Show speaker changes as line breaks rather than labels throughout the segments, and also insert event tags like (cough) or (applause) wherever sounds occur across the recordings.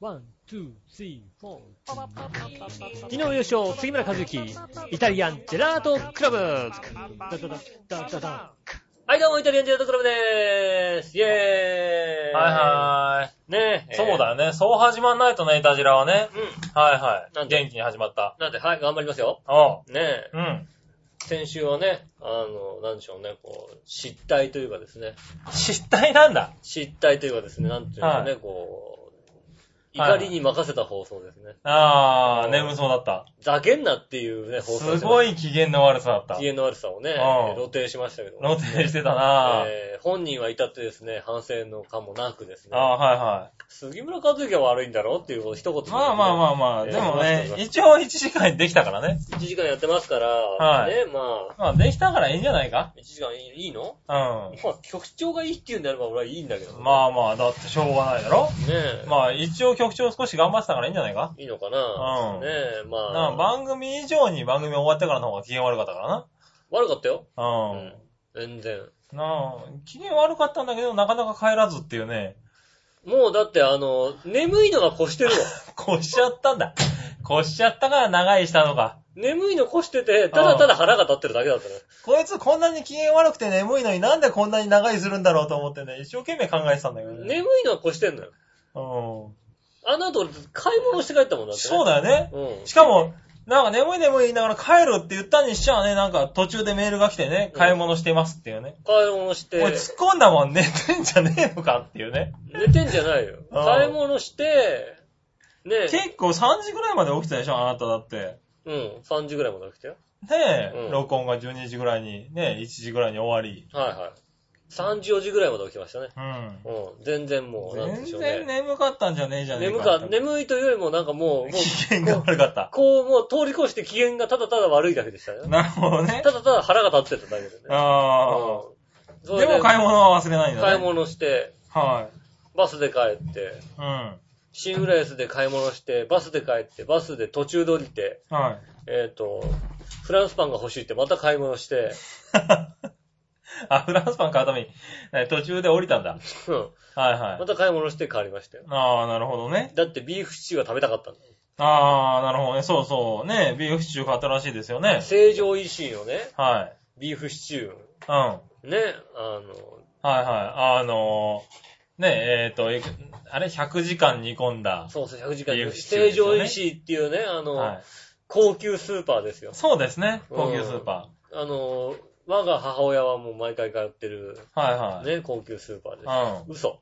ワン、ツー、スリー、フォー。昨日優勝、杉村和之、イタリアンジェラートクラブ。ダダダダダダはい、どうも、イタリアンジェラートクラブでーす。イェーイ。
はいは
はい。ね
い。
え。
そうだよね。そう始まんないとね、イタジラはね。
うん。
はいは
なん
い。
で
元気に始まった。
なんで、はい、頑張りますよ。
おう。
ねえ。
うん。
先週はね、あの、なんでしょうね、こう、失態というかですね。
失態なんだ。
失態というかですね、なんていうんでしょうね、
は
こう、
はい
怒りに任せた放送ですね。
あ
うん
ー、眠そうだった。
ざけんなっていうね、放送
すご
い。
い機嫌の悪さだった。
機嫌の悪さをね、
ん
露呈しましたけども。
露呈してたなぁ。
えー本人は至ってですね、反省の感もなくですね、
あー、はいは
杉村和之が悪いんだろうっていうことを一言
い。
で、
まあまあまあまあ、
えー
でも
話して
ね
お、りま
一応1時間できたからね。
1時間やってますから、
はい
ね、まあ、
まあ、できたからいいんじゃないか
1時間いいいいの
うん。
まあ、局長がいいって言うんであれば俺はいいんだけど。
まあまあ、だってしょうがないだろ
ねえ、
まあ、一応局長少し頑張ってたからいいんじゃないか
いいのかな
うん
ねえ、ま
な
あ、
んか番組以上に番組終わってからの方が機嫌悪かったからな。
悪かったよ。う
うん
ん。全然。
なあ、機嫌悪かったんだけど、なかなか帰らずっていうね。
もうだってあの、眠いのが越してる
(laughs)
わ。
こしちゃったんだ。こしちゃったから長いしたのか。
眠いの越してて、ただただ腹が立ってるだけだったね。
こいつこんなに機嫌悪くて眠いのになんでこんなに長いするんだろうと思ってね、一生懸命考えてたんだけどね。
眠いのは越してんのよ。
う
あの後俺買い物して帰ったもんだ
ん。
って、ね。
そうだよね。
うん。
しかも、なんか眠い眠い言いながら帰るって言ったにしちゃあね、なんか途中でメールが来てね、
うん
買い物してますっていうね。
買い物して、
おい、突っ込んだもん寝てんじゃねえのかっていうね。
寝てんじゃないよ。
ああ
買い物して、ね
結構3時ぐらいまで起きてたでしょ、あなただって。
うん、3時ぐらいまで起きたよ。
ねえ、
うん
録音が12時ぐらいに、ねえ、1時ぐらいに終わり。
はいはい。3時4時ぐらいまで起きましたね。
うん。
うん、全然もう、なんていうんでしょ
全
う
然
ね。
眠かったんじゃねえじゃねえ
眠
か
か、眠いというよりもなんかもう、もう、
機嫌が悪か
(laughs)
った。
こう、もう通り越して機嫌がただただ悪いだけでしたね。
なるほどね。
ただただ腹が立ってただけでね。
あ
うん
あ。でも買い
物、
物は忘れないんだね。
買い物して、
は
バスで帰って、
い。うん。は
シングレースで買い物して、バスで帰って、バスで途中で降りて、
い。 (laughs)
えっ、と、フランスパンが欲しいってまた買い物して、
あ、フランスパン買うために、え途中で降りたんだ。
うん
はいは
ま
い。
た買い物して帰りましたよ。
ああ、なるほどね。
だってビーフシチューが食べたかったんだ。
ああ、なるほどね。そうそう。ねビーフシチュー買ったらしいですよね。
成城石井のね、
はい。
ビーフシチュ
うん。はい
ー。ね、あの、
はい。あのー、ねえ、っ、と、いくあれ、100時間煮込んだ。
そうそう、100時間
ビー
に。
フシチューで
成
すよ
城
ね
石井っていうね、あの、
はい。
高級スーパーですよ。
そうですね。高級スーパ
あの、我が母親はもう毎回通ってる、
ー。はいはい。
ね、高級スーパーです。
う
嘘。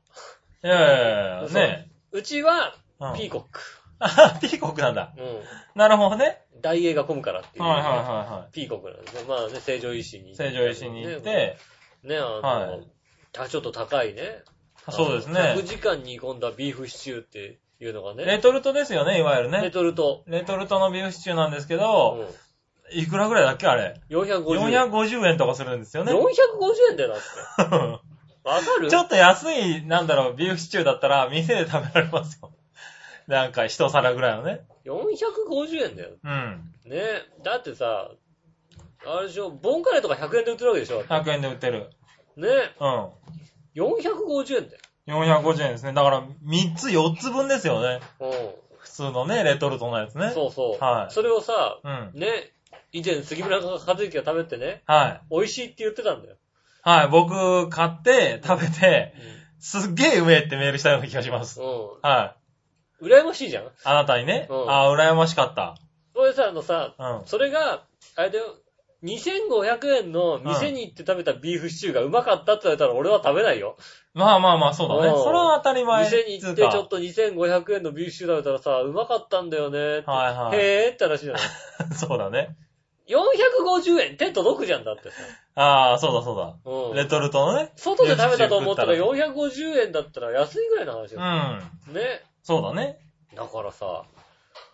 ん。いやいやいや、
嘘
ね
うちは、
うん
ピーコック。
(laughs) あ、ピーコックなんだ。
うん。
なるほどね。
大英が混むからっていう。
はいはいは
ピーコックなんですね。まあね、成城石井に
い。
行
成城石井に行って、
ね、あの、
はい
たちょっと高いね。
そうです
あの
ね
100。時間煮込んだビーフシチューっていうのが
レ
ね、
トルトですよね、いわゆる
レ
ね。
トルト。
レトルトのビーフシチューなんですけ
う
ど、
ん
いくらぐらいだっけあれ。
450円。
450円とかするんですよね。
450円だよ、だって。わかる
(laughs) ちょっと安い、なんだろう、ビーフシチューだったら、店で食べられますよ。 (laughs) なんか、一皿ぐらいのね。
450円だよ。
うん。
ね。だってさ、あれでしょ、ボンカレーとか100円で売ってるわけでしょ。
100円で売ってる。
ね。
うん。
450円だよ。
450円ですね。だから、3つ、4つ分ですよね。
う
普通のね、レトルトのやつ
ん。
ね。
そうそう。
はい
それをさ、
うん。
ね、以前杉村和之が食べてね、
はい。
美味しいって言ってたんだよ。
はい、僕、買って、食べて、すっげえうめえってメールしたような気がします。
う
はい。
ん。羨ましいじゃん。
あなたにね。
うん
ああ、羨ましかった。
それさ、あのさ、
うん。
それが、あれだよ、2500円の店に行って食べたビーフシチューがうまかったって言われたら俺は食べないよ。
まあまあまあ、そうだね。
うん
それは当たり前。
店に行ってちょっと2500円のビーフシチュー食べたらさ、うまかったんだよねって。
はいはい
へーって話じゃ (laughs) ない。
つうかそうだね。
450円手届くじゃんだってさ。
ああ、そうだそうだ。
う
レ
ん。
トルトのね。
外で食べたと思ったら
ビー
450円だったら安いぐらいの話
う
だよ。
ん。
ね。
そうだね。
だからさ、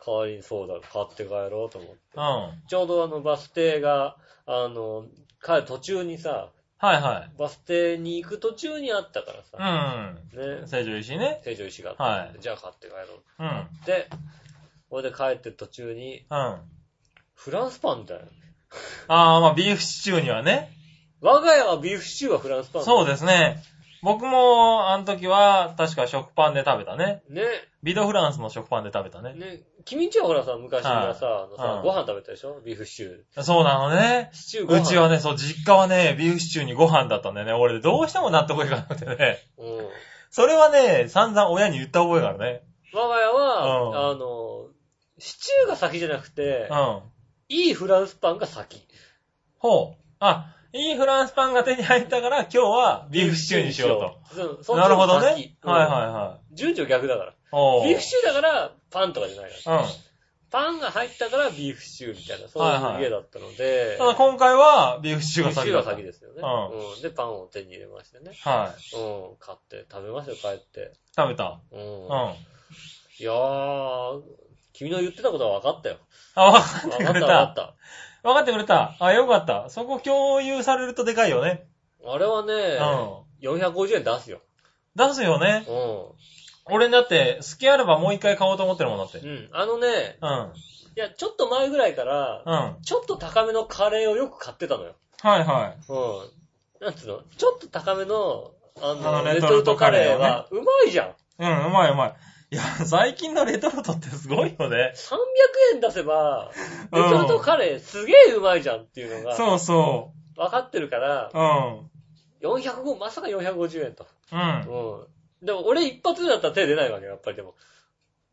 代わりにそうだ、買って帰ろうと思って。
うん。は
ちょうどあのバス停が、あの、帰る途中にさ、
いはい。
バス停に行く途中にあったからさ、
うん。
ね、
成城石井ね。
成城石井があった、
はい。
じゃあ買って帰ろうっ
うん。うん。
て、それで帰ってる途中に、
あ
フランスパンだよ。
あー、まあ、ビーフシチューにはね。
我が家はビーフシチューはフランスパンだよ。
そうですね。僕も、あの時は、確か食パンで食べたね。
ね。
ビドフランスの食パンで食べたね。
ね。君んちはほらさ、昔はさ、あの
う
さ
ん
ご飯食べたでしょビーフシチュー。
そうなのね。
シチューご飯。
うちはね、そう、実家はね、ビーフシチューにご飯だったんだよね。俺、どうしても納得いかなくてね。
うん。
それはね、散々親に言った覚えがあるね。
我が家
うん
は、あの、シチューが先じゃなくて
う、ん。
いいフランスパンが先。
ほう。あ、いいフランスパンが手に入ったから、今日はビーフシチューにしよ
うと。
うと。なるほどね。はいはい
い。
は
順序逆だから。
い。おう。
ビーフシチューだから、パンとかじゃないから。
うん。
パンが入ったからビーフシチューみたいな、そう
はい
いう
はい
家だったので、
ただ今回は、ビーフシチ
ビ
ュー
ー
が
フシチ
先
ュー
だ
が
った。
先ですよね。
う
うん。で、パンを手に入れましてね。
はい。
うん。買って食べましたよ、帰って。
食べた。
う
うんん。。あ、
いやー、君の言ってたことは分かったよ。
わかっ
分か
てく
った
れ。
分かったた。
わかってくれた。あ、よかった。そこ共有されるとでかいよね。
あれは
う
ね、
ん。
450円出すよ。
出すよね。
う。
俺だって、好きあればもう一回買おうと思ってるもんだって。うん
うん。あのね、い
ん。
や、ちょっと前ぐらいから、
うん。はい
ちょっと高めのカレーをよく買ってたのよ。
はい。
うん。なんつうのちょっと高めの、あ
あ
の、
の
レトルトカレーは、うまいじゃん。
うん、うまいうまい。いや、最近のレトルトってすごいよね。
300円出せば、
う
レ
ん
トルトカレーすげえうまいじゃんっていうのが、
そうそ
分かってるから
う。、うん。
405、まさか450円と。
うん。あ
うん。でも俺一発でだったら手出ないわけよ、やっぱりでも。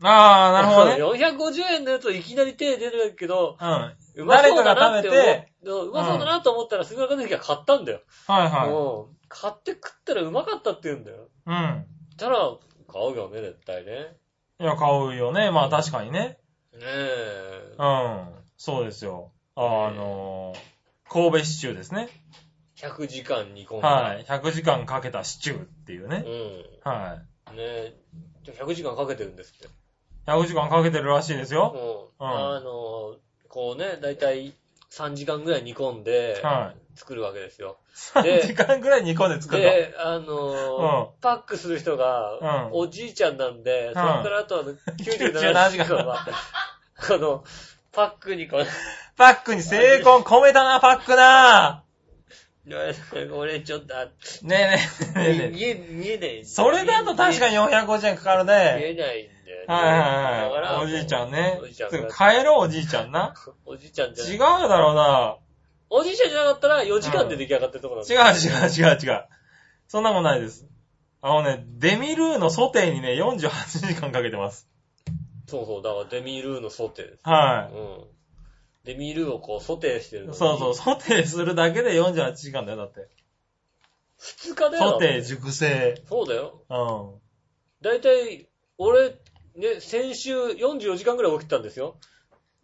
あー、なるほどね。
450円のやつをいきなり手出るけど、
うん。は
うまそうだなって思っ
誰かが
て、うまそうだなと思ったら、杉村和樹が買ったんだよ。
いは
うん。買って食ったらうまかったって言うんだよ。
い。うん。
たら、買うよね、絶対ね。
いや、買うよね。まあ確かにね。
ねえ。
うん。そうですよ。あのー、神戸シチューですね。
100時間煮込んだ。
はい。100時間かけたシチューっていう
う
ね。
ん。
は
ねえ。じゃあ100時間かけてるんですって。
い。100時間かけてるらしいです
うん
よ。。
あの、こうね、だいたい3時間ぐらい煮込んで、
は
作るわけですよ。
い。
で
3時間ぐらい煮込んで作った。
で、あ
う
の、パックする人が
う、ん
おじいちゃんなんで、そ
ん
っからあとは
(laughs) 97
97時
時間
間は、 (laughs) この、パックにこう、
パックに精魂込めたな、パックな
俺ちょっと、あ
ねえね
見
えねえねえ。
え、見えない。
それだと確かに450円かかるね。
見えないんだよね。
はいはい
だか
はい。
ら
おじいちゃんね
おじいちゃ。ん
す
が
ぐ帰ろうおじいちゃんな。
おじいちゃんじゃな
違う
い。
だろうな。
おじいちゃんじゃなかったら4時間で出来上がってるところなんだ
違う
よ
違う違う違う。そんなことないです。あのね、デミルーのソテーにね、48時間かけてます。
そうそう、だからデミルーのソテーです。
は
うん。デミルーをこうソテーしてる
い
の。に
そうそう、ソテーするだけで48時間だよ、だって。
二日だよ。
ソテー、熟成。
そうだよ。
うん。
だいたい、俺、ね、先週44時間ぐらい起きてたんですよ。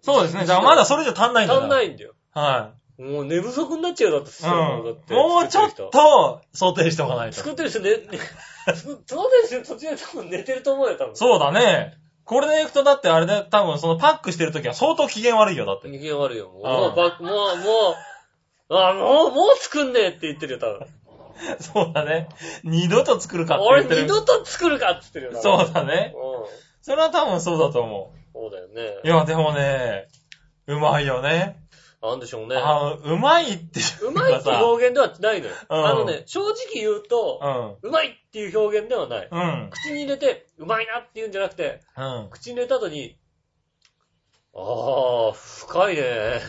そうですね。じゃあまだそれじゃ足んないんだ。
足んないんだよ。
は
もう寝不足になっちゃうよだって
い。う
そだっ
ん。
て
もうちょっと、ソテーしておかないと
作。ってる人。作ってる人ね、ね (laughs) 作そうですよ、途中で多分寝てると思うよ、多分。
そうだね。これでいくとだってあれだよ、多分そのパックしてるときは相当機嫌悪いよ、だ
(laughs)
って。
人間悪いよ。もう、
ああ
バック、もう、もう、あ、もう、もう作んねえって言ってるよ、多分。
そうだね。二度と作るかって言
俺
ってる。
二度と作るかって言ってるよ、多分。
そうだね。
うん。
それは多分そうだと思
そうだよ
う。い
ね。
や、でもね、うまいよね。
なんでしょうね。
あの、うまいっていうう
まい
か
って
さ。
表現ではないのよ。
うん
あのね、正直言うと、うまいっていう表現ではない。
うん。うん。
口に入れて、うまいなって言うんじゃなくて、
うん。
口に入れた後に、あー、深いね。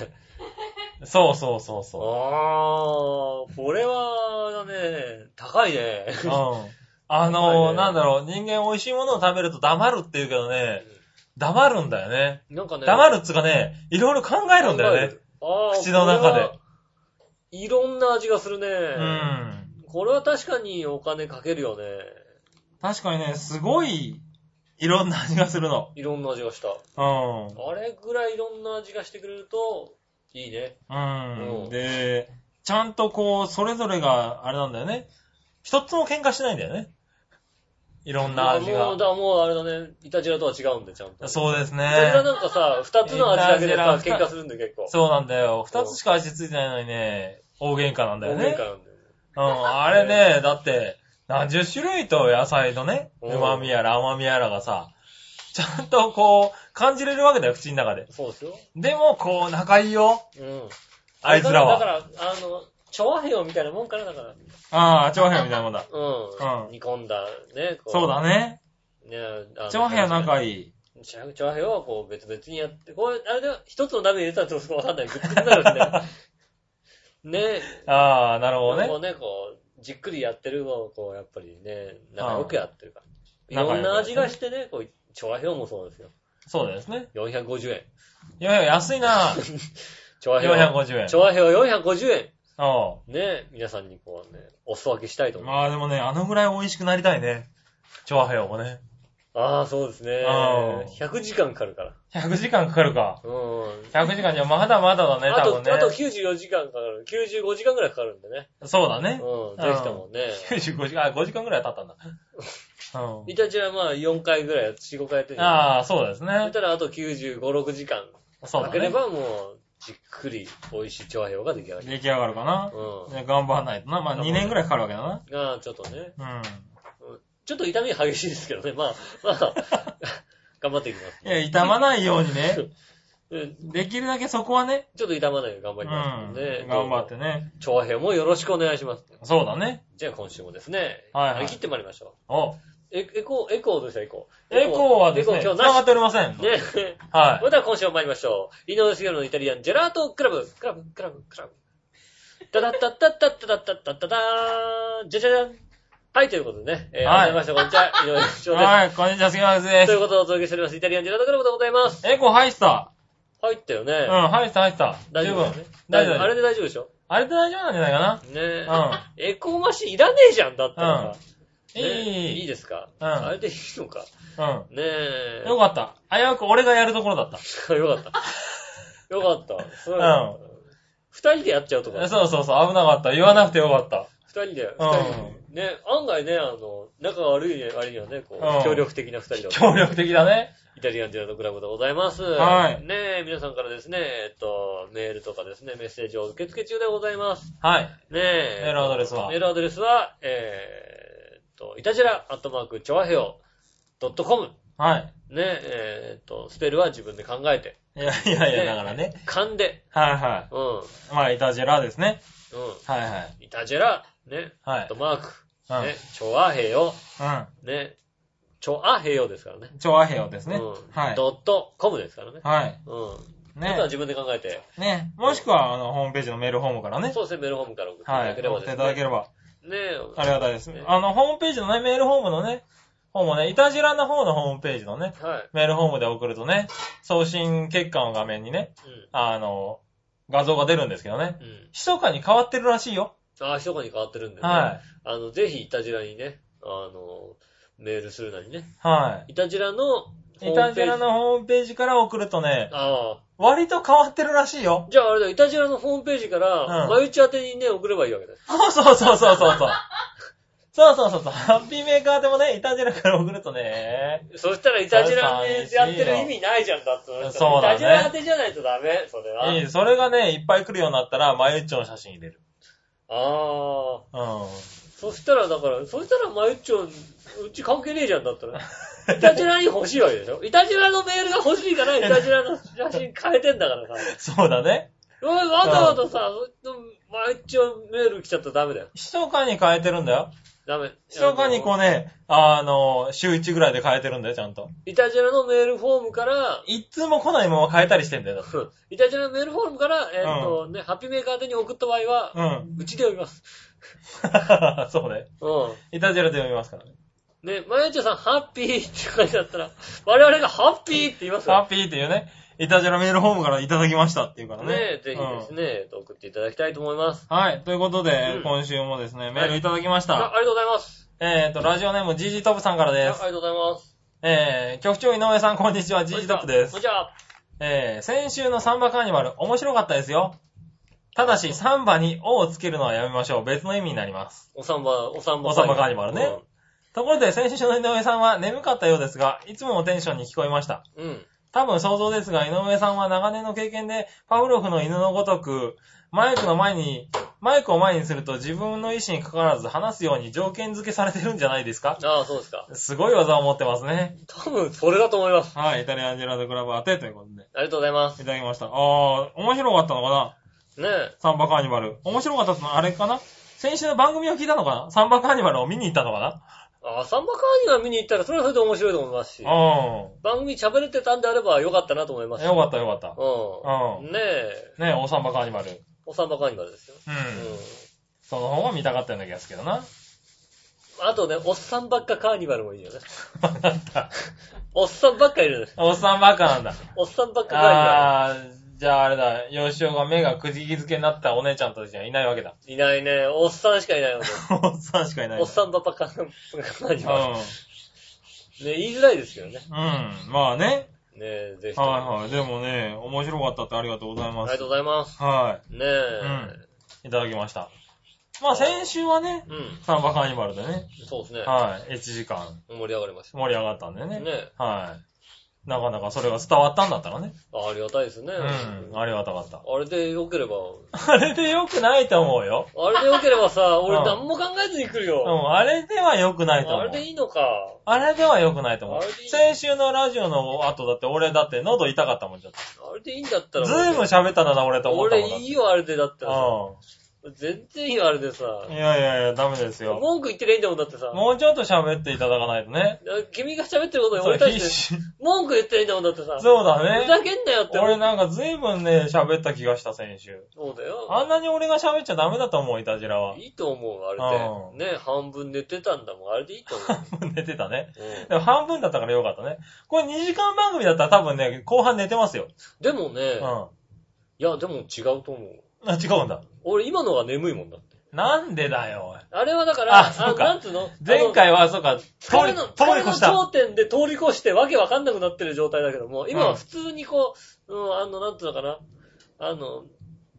そうそうそう
あー、
そ
これは、だね、高いね。
う。うん。あ
はい
の、
ね
なんだろう、人間美味しいものを食べると黙るって言うけどね、黙るんだよね。
なんかね、
黙るっつうかね、いろいろ考えるんだよね。
あー
口の中で
これはいろんな味がするね。
うん。
これは確かにお金かけるよね。
確かにね、すごい、いろんな味がするの。
いろんな味がした。
うん。
あれぐらいいろんな味がしてくれると、いいね。
う。
うんん
で、ちゃんとこう、それぞれが、あれなんだよね。一つも喧嘩しないんだよね。いろんな味
も
が
う、。だもうあれだね、イタジラとは違うんで、ちゃんと。そ
そうです
れが
ね。
なんかさ、二つの味だけでさ
イタ、ジ
喧
ラ
嘩するんだよ、結構。
そうなんだよ。二つしか味ついてないのにね、大喧嘩なんだよ
大喧嘩。なん
ね
だよね。
うん。あれね、だって、何十種類と野菜のね、
うん
旨味やら甘味やらがさ、ちゃんとこう、感じれるわけだよ、口の中で。
そうですよ。
でも、こう、仲いいよ。
うん。
あいつら
だか
は。
ら、あの、調和兵みたいなもんからだから。
ああ、長編みたいなもんだ。
うん。
うん
煮込んだ、ね。こ
そうだ。ね。
ねあの
長編仲いい。
チャチャーヘはこう別々にやって、こう、あれで一つの鍋に入れたらどうするかわかんない。ぐっつになる (laughs) しね。ね
ああ、なるほど
こ
ね。
うね、こう、じっくりやってるのを、こう、やっぱりね、仲良くやってるから。い
仲
ろ
良
ん
く
な味がしてね、こう、調和表もそうですよ。
そうですね。
450円。
いやいや、安いな。
(laughs) 調和表。
450円。
調和表450円。
あ
ね、皆さんにこうね、お裾分けしたいと
あ。
思う。
まあでもね、あのぐらい美味しくなりたいね。長編もね。
ああ、そうですね
あ。
100時間かかるから。
100時間かかるか。
うん。
100時間じゃまだまだだね、
あ
多分
と、あと
ね。
94時間かかる。95時間くらいかかるんでね。
そうだね。
うん、ぜひともね。
95時間、あ、5時間ぐらい経ったんだ。う
イタチはまあ4回ぐらい、4、5回やってる
ん。ああ、そうです
あ。そ
ね
し。たらあと95、6時間
そう
か
だ
けれ
ね。
ばもう、じっくり美味しい調和表が出来上がる。
出来上がるかな。
う
ね頑張らないとな。まあ2年ぐらいかかるわけだな。
ん。が、ちょっとね、
うん。
ちょっと痛みが激しいですけどね。まあ、まあ、 (laughs) 頑張っていきます。
いや、痛まないよう
(laughs)
にね。
うん
できるだけそこはね。
ちょっと痛まないように頑張
う
り
ん。
ます
頑
んでね。
張ってね。
調和表もよろしくお願いします。
そうだね。
じゃあ今週もですね、
はいはい
張り切ってまいりましょ
お。
う。エエコー、エコーどうしたエコー。
エコーはですね、
エコー今
繋
日
が
な
っておりません
し。。ね。
は
それでは今週も参りましょう。井上杉浦のイタリアンジェラートクラブ。クラブ、クラブ、クラブ。ダダッタッタッタッタッタッタッタダーンじゃじゃじゃんはい、ということでね。えー、
は
改
い
めまして、こんにちは。井上
い。
杉浦で
はい、こんにちは、杉原
す。
で
とい
す
う。ことでお届けしております。イタリアンジェラートクラブでございます。
エコー入ってた。
入ったよね。
うん、入ってた、入ってた。
大
十
丈夫
分
だよね。。
大丈夫。
あ
あ
れ
れ
で大丈夫でしょ
あれで大丈夫なんじゃないか
ねえ。
な。
エコーマシンいらねえじゃん、だったら。
う
ね
ん。いい。
いいですか
うん
あれでいいのか
う
ねえ。
ん。よかった。あやく俺がやるところだった。
(laughs) よかった。よかった。すごいよかった。二人でやっちゃうとか。
そうそうそう、危なかった。言わなくてよかった。
二人で、
うん
二人で。ね、案外ね、あの、仲悪い割にはね、こ
う
う、
ん
協力的な二人だ。
協力的だね。
イタリアンジェラートクラブでございます。
はい
ねえ、皆さんからですね、えっと、メールとかですね、メッセージを受け付け中でございます。
はい。
ねえ。
メールアドレスは
メールアドレスは、えー、っと、イタジェラ、アットマーク、チョアヘオ、ドットコム。
はい。
ねえ、えーっと、スペルは自分で考えて、
いやいやいや、だからね。
噛んで、
はいは
うん、うん。
い。まあ、イタジェラですね。はいはい。
イタジェラ、ね、
は
アッ
い
ト。マーク、
うん
ね、チョアヘヨ、
う
ね、チョアヘヨですからね。
ん。調和平和ですね。
うん
はい。
ドットコムですからね。
はい。
うん。あとは
ね。
自分で考えて、
ね。もしくは、あの、ホームページのメールフォームからね。
そうですね、メールホームから送っていた
は
だ
い。
けれ
送
ばで
って
す
いただけ
ね。
れば。
ね
ありがたいです
ね。
あの、ホームページのね、メールフォームのね、方もね、イタジェラの方のホームページのね、
はい。
メールフォームで送るとね、送信結果の画面にね、
うん。
あの、画像が出るんですけどね。
うん。
密かに変わってるらしいよ。
ああ、ひそかに変わってるんでね。
は
あの、ぜひ、イタジラにね、あの、メールするなりね
い。。は
イタジラの、
い。イタジェラ。のホームページから送るとね、
ああ。
割と変わってるらしいよ。
じゃあ、あれだ、イタジラのホームページから、
うん
まゆち宛てにね、送ればいいわけだよ。
そうそうそうそうそうそう。そうそうそうそう。ハッピーメーカーでもね、イタジェラから送るとね、
そしたら、イタジラでやって
寂しいよ
る意味ないじゃんだって。
そうだね
イタジラ宛てじゃないとダメ、それは。
いいそれがね、いっぱい来るようになったら、マユッチョの写真入れる。
ああ。
うん。
そしたら、だから、そしたら、まゆっちょ、うち関係ねえじゃんだ
(laughs)
ったら。イタジラに欲しいわけでしょイタジラのメールが欲しいから、イタジラの写真変えてんだからさ。
そうだね。
おい、わざわざさ、まゆっちょメール来ちゃったらダメだよ。
密かに変えてるんだよ。
ダメ。
密かにこう
う。
ね、あの、週1ぐらいで変えてるんだよ、ちゃんと。
イタジラのメールフォームから、 (laughs)
一通も来ないまま変えたりしてんだよ。
イタジラのメールフォームから、えっとね、ハッピーメーカー宛てに送った場合は、
うん。 (laughs)
うちで読みます。
そうね。
うん。
イタジェラで読みますからね。
ね、まゆっちょさん、ハッピーって書いてあったら、我々がハッピーって言いますよ
ハ。ッピーっていうね、イタジェラメールホームからいただきましたっていうからね。
ね、ぜひです
うん
ね、えっと送っていただきたいと思います。
はい。ということで、
うん
今週もですね、メールいただきました。
あありがとうございます。
えっ、と、ラジオネームジージートップさんから
ああり
で
が
す。
とうございます。
えー、局長井上さん、こんにちは。ジージートップで
こん
す
に。ちは。
えー、先週のサンバカーニバル、面白かったですよ。ただし、サンバに O をつけるのはやめましょう。別の意味になります。
おさんば、おさんば。
おさんばカーニバルねところで、先週の井上さんは眠かったようですが、いつものテンションに聞こえました。
うん。うん。
多分想像ですが、井上さんは長年の経験で、パブロフの犬のごとく、マイクの前に、マイクを前にすると自分の意思にかかわらず話すように条件付けされてるんじゃないですか
ああ、そうですか。
すごい技を持ってますね。
多分、それだと思います。
はい、イタリアンジェラードクラブ当てということで、
ありがとうございます。
いただきました。あー、面白かったのか
ねえ。
サンバカーニバル。面白かったっすのあれかな先週の番組を聞いたのかなサンバカーニバルを見に行ったのか
あサンバカーニバル見に行ったらそれはそれで面白いと思いますし
な。うん。
番組喋れてたんであればよかったなと思います
よかったよかった。
う。
うん
ねえ、
ねえ、おサンバカーニバル。うん。
おサンバカーニバルですよ。うん。
その方が見たかったような気がするけどな。 (laughs)
あとね、おっさんばっかカーニバルもいいよね。
なんだ
おっさんばっかいるね。
おっさんばっかなんだ。
おっさんばっかカーニバ
あー、じゃああれだ、ヨシオが目がくじきづけになったお姉ちゃんたちはいないわけだ。
ル。いないね。おっさんしかいないよね。
おっさんしかいない。
おっさんばっかカーニ
うん。
バル。ね、言いづらいですよね。
うん。まあね。
ねぜひとも。
はいはい。でもね、面白かったってありがとうござい
あ
ま
り
す。
がとうございます。
は
ねえ。
い。いただきました。まあ先週はね、
うん。
サンバカーニバルでね、
そうですね。
はい、1時間
盛り上がりまし
盛り上がったんで
た。
ね。
ねえ。
はい。なかなかそれが伝わったんだったらね。
あありがたいですね。
うん、
あ
ありがた
(laughs)
かった。
れで良ければ、
あれで良くないと思うよ。
あれで良ければさ、俺
(laughs) うん
何も考えずに来る
う
よ。
ん、あれでは良くないと
あ
思う
れ。でいいのか。
あれでは良くないと思う
あれでい。い
先週のラジオの後だって俺だって喉痛かったもんじゃった。
あれでいいんだったら
ずいぶん喋ったんだな俺と思ったもん
俺
だっ
いい
て。
よ、あれでだったらさ。
う
全然いいよ、あれでさ
ん。い。やいやいや、ダメですよ。
文句言ってりゃいいんだもんだってさ。
もうちょっと喋っていただかないとね。
君が喋ってることに
そ
俺
う、
た
必
ち
死。
文句言ってりゃいいんだもんだってさ。
そうだ
ふざ
ね。
けんなよって思
俺
う。
なんかずいぶんね、喋った気がした、先週。
そうだよ。
あんなに俺が喋っちゃダメだと思う、いたじらは。
いいと思う、あれで。ね、半分寝てたんだもん。あれでいいと思
(laughs)
う。
寝てたね。
うん
でも半分だったからよかったね。これ2時間番組だったら多分ね、後半寝てますよ。
でも
う
ね
ん。、あ、
いや、でも違うと思う。
違うんだ。
俺今のは眠いもんだって。
なんでだよ。
あれはだから、
あそうか
なんつうの
前回は、そうか、通
あの彼
り、
の、
通り
彼
越
の
した。
頂点で通り越してわけわかんなくなってる状態だけども、今は普通にこう、うん、あの、なんつうのかな、あの、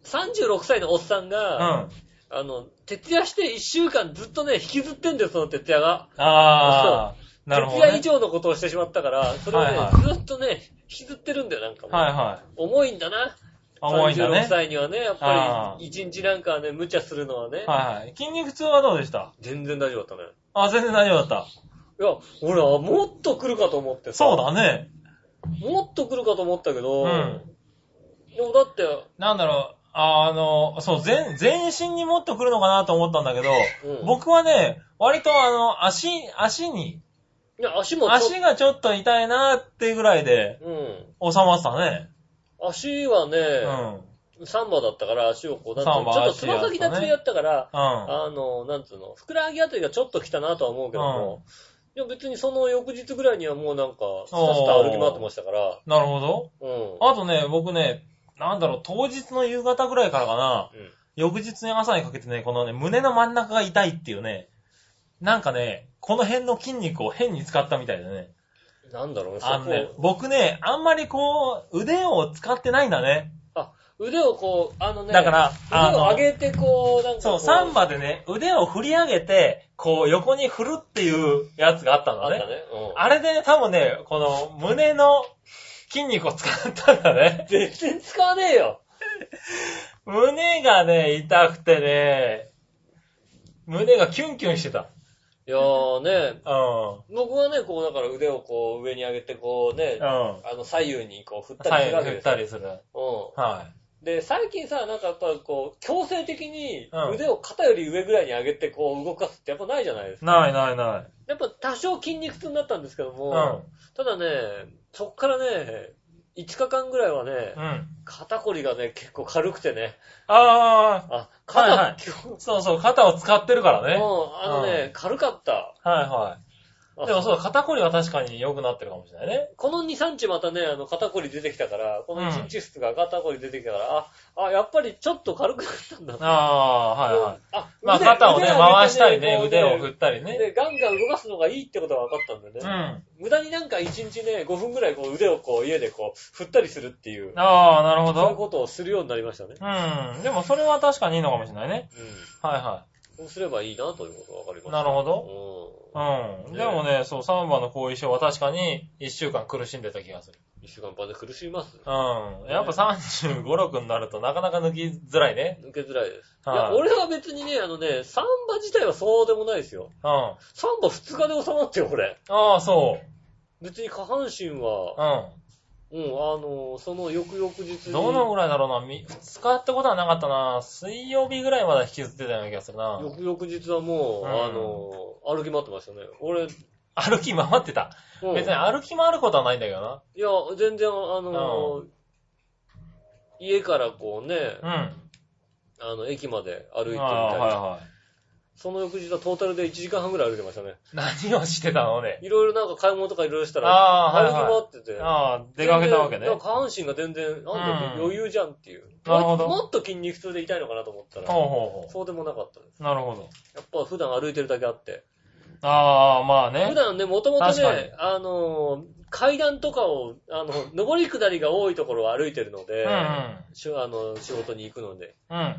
36歳のおっさん
うん。
が、
あ
あの、徹夜して1週間ずっとね、引きずってんだよ、その徹夜が。
あー、なるほど、
徹夜以
ね。
上のことをしてしまったから、それをね、
はいは
ずっとね、引きずってるんだよ、なんかもう。
はいはい。
重いんだな。
重いんだね
36。歳にはね、やっ
あ
ぱ
ー
り、1日なんかはね、無茶するのはね、
はいはい。筋肉痛はどうでした
全然大丈夫だったね。
あ、全然大丈夫だっ
いや、俺はもっと来るかと思って
た。
さ。
そうだね。
もっと来るかと思ったけど、
うん
でもだって、
なんだろう、あの、そう、全、全身にもっと来るのかなと思ったんだけど、
うん
僕はね、割とあの、足、足に、
いや足もちょ
足がちょっと痛いなってぐらいで
うん。
収まってたね。
足は
う
ね、
ん。
サンバだったから足をこう、なんて
サンバ
ちょっと
足
つま先立ちでやったから、
うん。
あの、なんつうの、ふくらはぎあたりがちょっと来たなとは思うけども、でも別にその翌日ぐらいにはもうなんか、さした歩き回ってましたから、
なるほど。
うん。
あとね、僕ね、なんだろう、当日の夕方ぐらいからかな、
うん
翌日の朝にかけてね、このね、胸の真ん中が痛いっていうね、なんかね、この辺の筋肉を変に使ったみたいでね。
なんだろうね、そ
あのね、
こ、
僕ね、あんまりこう、腕を使ってないんだね。
腕をこう、あのね、
だから、あ
腕を上
の、
げてこう、なんか
そ
こ
う、サンバでね、腕を振り上げて、こう、横に振るっていうやつがあったん
あ
だ
った
ね。
ね。うん
あれでね、多分ね、この、胸の筋肉を使ったんだね。
全然使わねえよ。
胸がね、痛くてね、胸がキュンキュンしてた。
いやーね、
うん。
僕はね、こう、だから腕をこう、上に上げて、こうね、
うん。
あの、左右にこう、振ったりする
左右
わけで
振っ
すよ
たりする。
う
は
ん。で、最近さ、なんかやっぱこう、強制的に
うん
腕を肩より上ぐらいに上げて、こう、動かすってやっぱないじゃないです
い。
か。
ないないない。
やっぱ多少筋肉痛になったんですけど
う
も
ん、。
ただね、そっからね、5日間ぐらいはね、
うん。
肩こりがね、結構軽くてね、
あ
あ、肩、
はいはい
今日、
ー、そうそう、肩を使ってるからね。
うん、あの
う
ね、軽かった。
はいは
あ
い。でもそう、肩こりは確かに良くなってるかもしれないね。
この2、3日またね、あの、肩こり出てきたから、この
うん
1日室が肩こり出てきたから、あ、あ、やっぱりちょっと軽くなったんだ。
ああー、はいはい。
あ、
まあ
腕
肩をね、
腕上げて
回したりね
こ、う
腕を振ったりね。
で、ガンガン動かすのがいいってことが分かったんで
う
ね
ん。。あ
無駄になんか1日ね、5分ぐらいこう腕をこう家でこう、振ったりするっていう、
あー、なるほ
そういう
ど。
ことをするようになりましたね。
うん。でもそれは確かにいいのかもしれないね。
うん。
はいは
そうすればいいなということが分かり
い。
ま
な
し
るほ
た。
ど。
う
うん。でもね、そう、サンバの後遺症は確かに1週間苦しんでた気がする。
ん。1週間半で苦しみます。
うん。やっぱ35、6になるとなかなか抜きづらいね。
抜けづらいです。い
は
や、
い。
俺は別にね、あのね、サンバ自体はそうでもないですよ。
うん。
サンバ2日で収まってよ、これ。
ああ、そう。
別に下半身は、
うん。
ううん、あの、その翌々日に。
どのぐらいだろうな、み二日ってことはなかったな。水曜日ぐらいまで引きずってたような気がするな。
翌々日はもう、
うん
あの、歩き回ってましたね。俺、うん
歩き回ってた。別に歩き回ることはないんだけど
いや、全然、あの、家からこうね、
な。うん。
あの、駅まで歩いてみたい
ああ
な。
は
その翌日はトータルで1時間半ぐらい歩いてましたね。
いはい。何をしてたのね。
いろいろなんか買い物とかいろいろしたら、
ああ、は
歩
い
き
はい。
回ってて。
ああ、出かけたわけ
全
ね。
然
ほう
下半身が全然、なん
う
で
ん
余裕じゃんっていう。
なるほど
もっと筋肉痛で痛いのかなと思ったら、
ほうほ
そうでもなかったです。
う。なるほど。
やっぱ普段歩いてるだけあって。
ああ、まあ
普
ね。
段ね、もともと
確かに
ね、あのー、階段とかを、あの、上り下りが多いところを歩いてるの
う
で、
ん
しゅあの仕事に行くので、
うん。うん。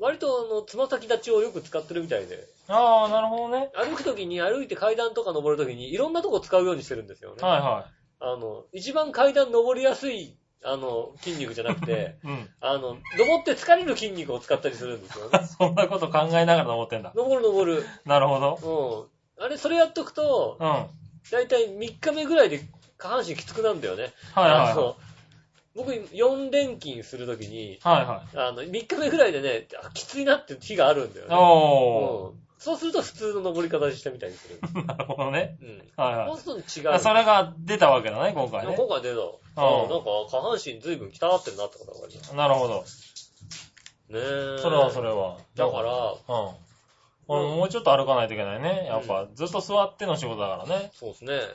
割とあの、つま先立ちをよく使ってるみたいで、
ああ、なるほどね。
歩くときに、歩いて階段とか登るときに、いろんなとこ使うようにしてるんですよね。
はいは
あの、一番階段登りやすい、あの、筋肉じゃなくて、
(laughs) い。うん。
あの、登って疲れる筋肉を使ったりするんですよね。
そんなこと考えながら登ってんだ。
登る登る。
なるほど。
うん。あれ、それやっとくと
う、ん。はい
だいたい3日目ぐらいで下半身きつくなんだよね。
はい
あ
は
の僕、4連勤するときに、
い。はいは
あの、3日目ぐらいでね、あきついなって日があるんだよ
い。
ね。
お
うん。そうすると普通の登り方したみたいにする。
ー。なるほどね。
うん。
はいは
そ。
いう
すると違う。
あそれが出たわけだね、今
い
回
や
ね。
今回出た。うんなんか、下半身随分汚ってるなってことが分かりました。
なるほど。
ねえ。
それはそれは。
だから、
ら。うん。俺もうちょっと歩かないといけないね。やっぱ、ずっと座っての仕事だからね。
そうですね。
う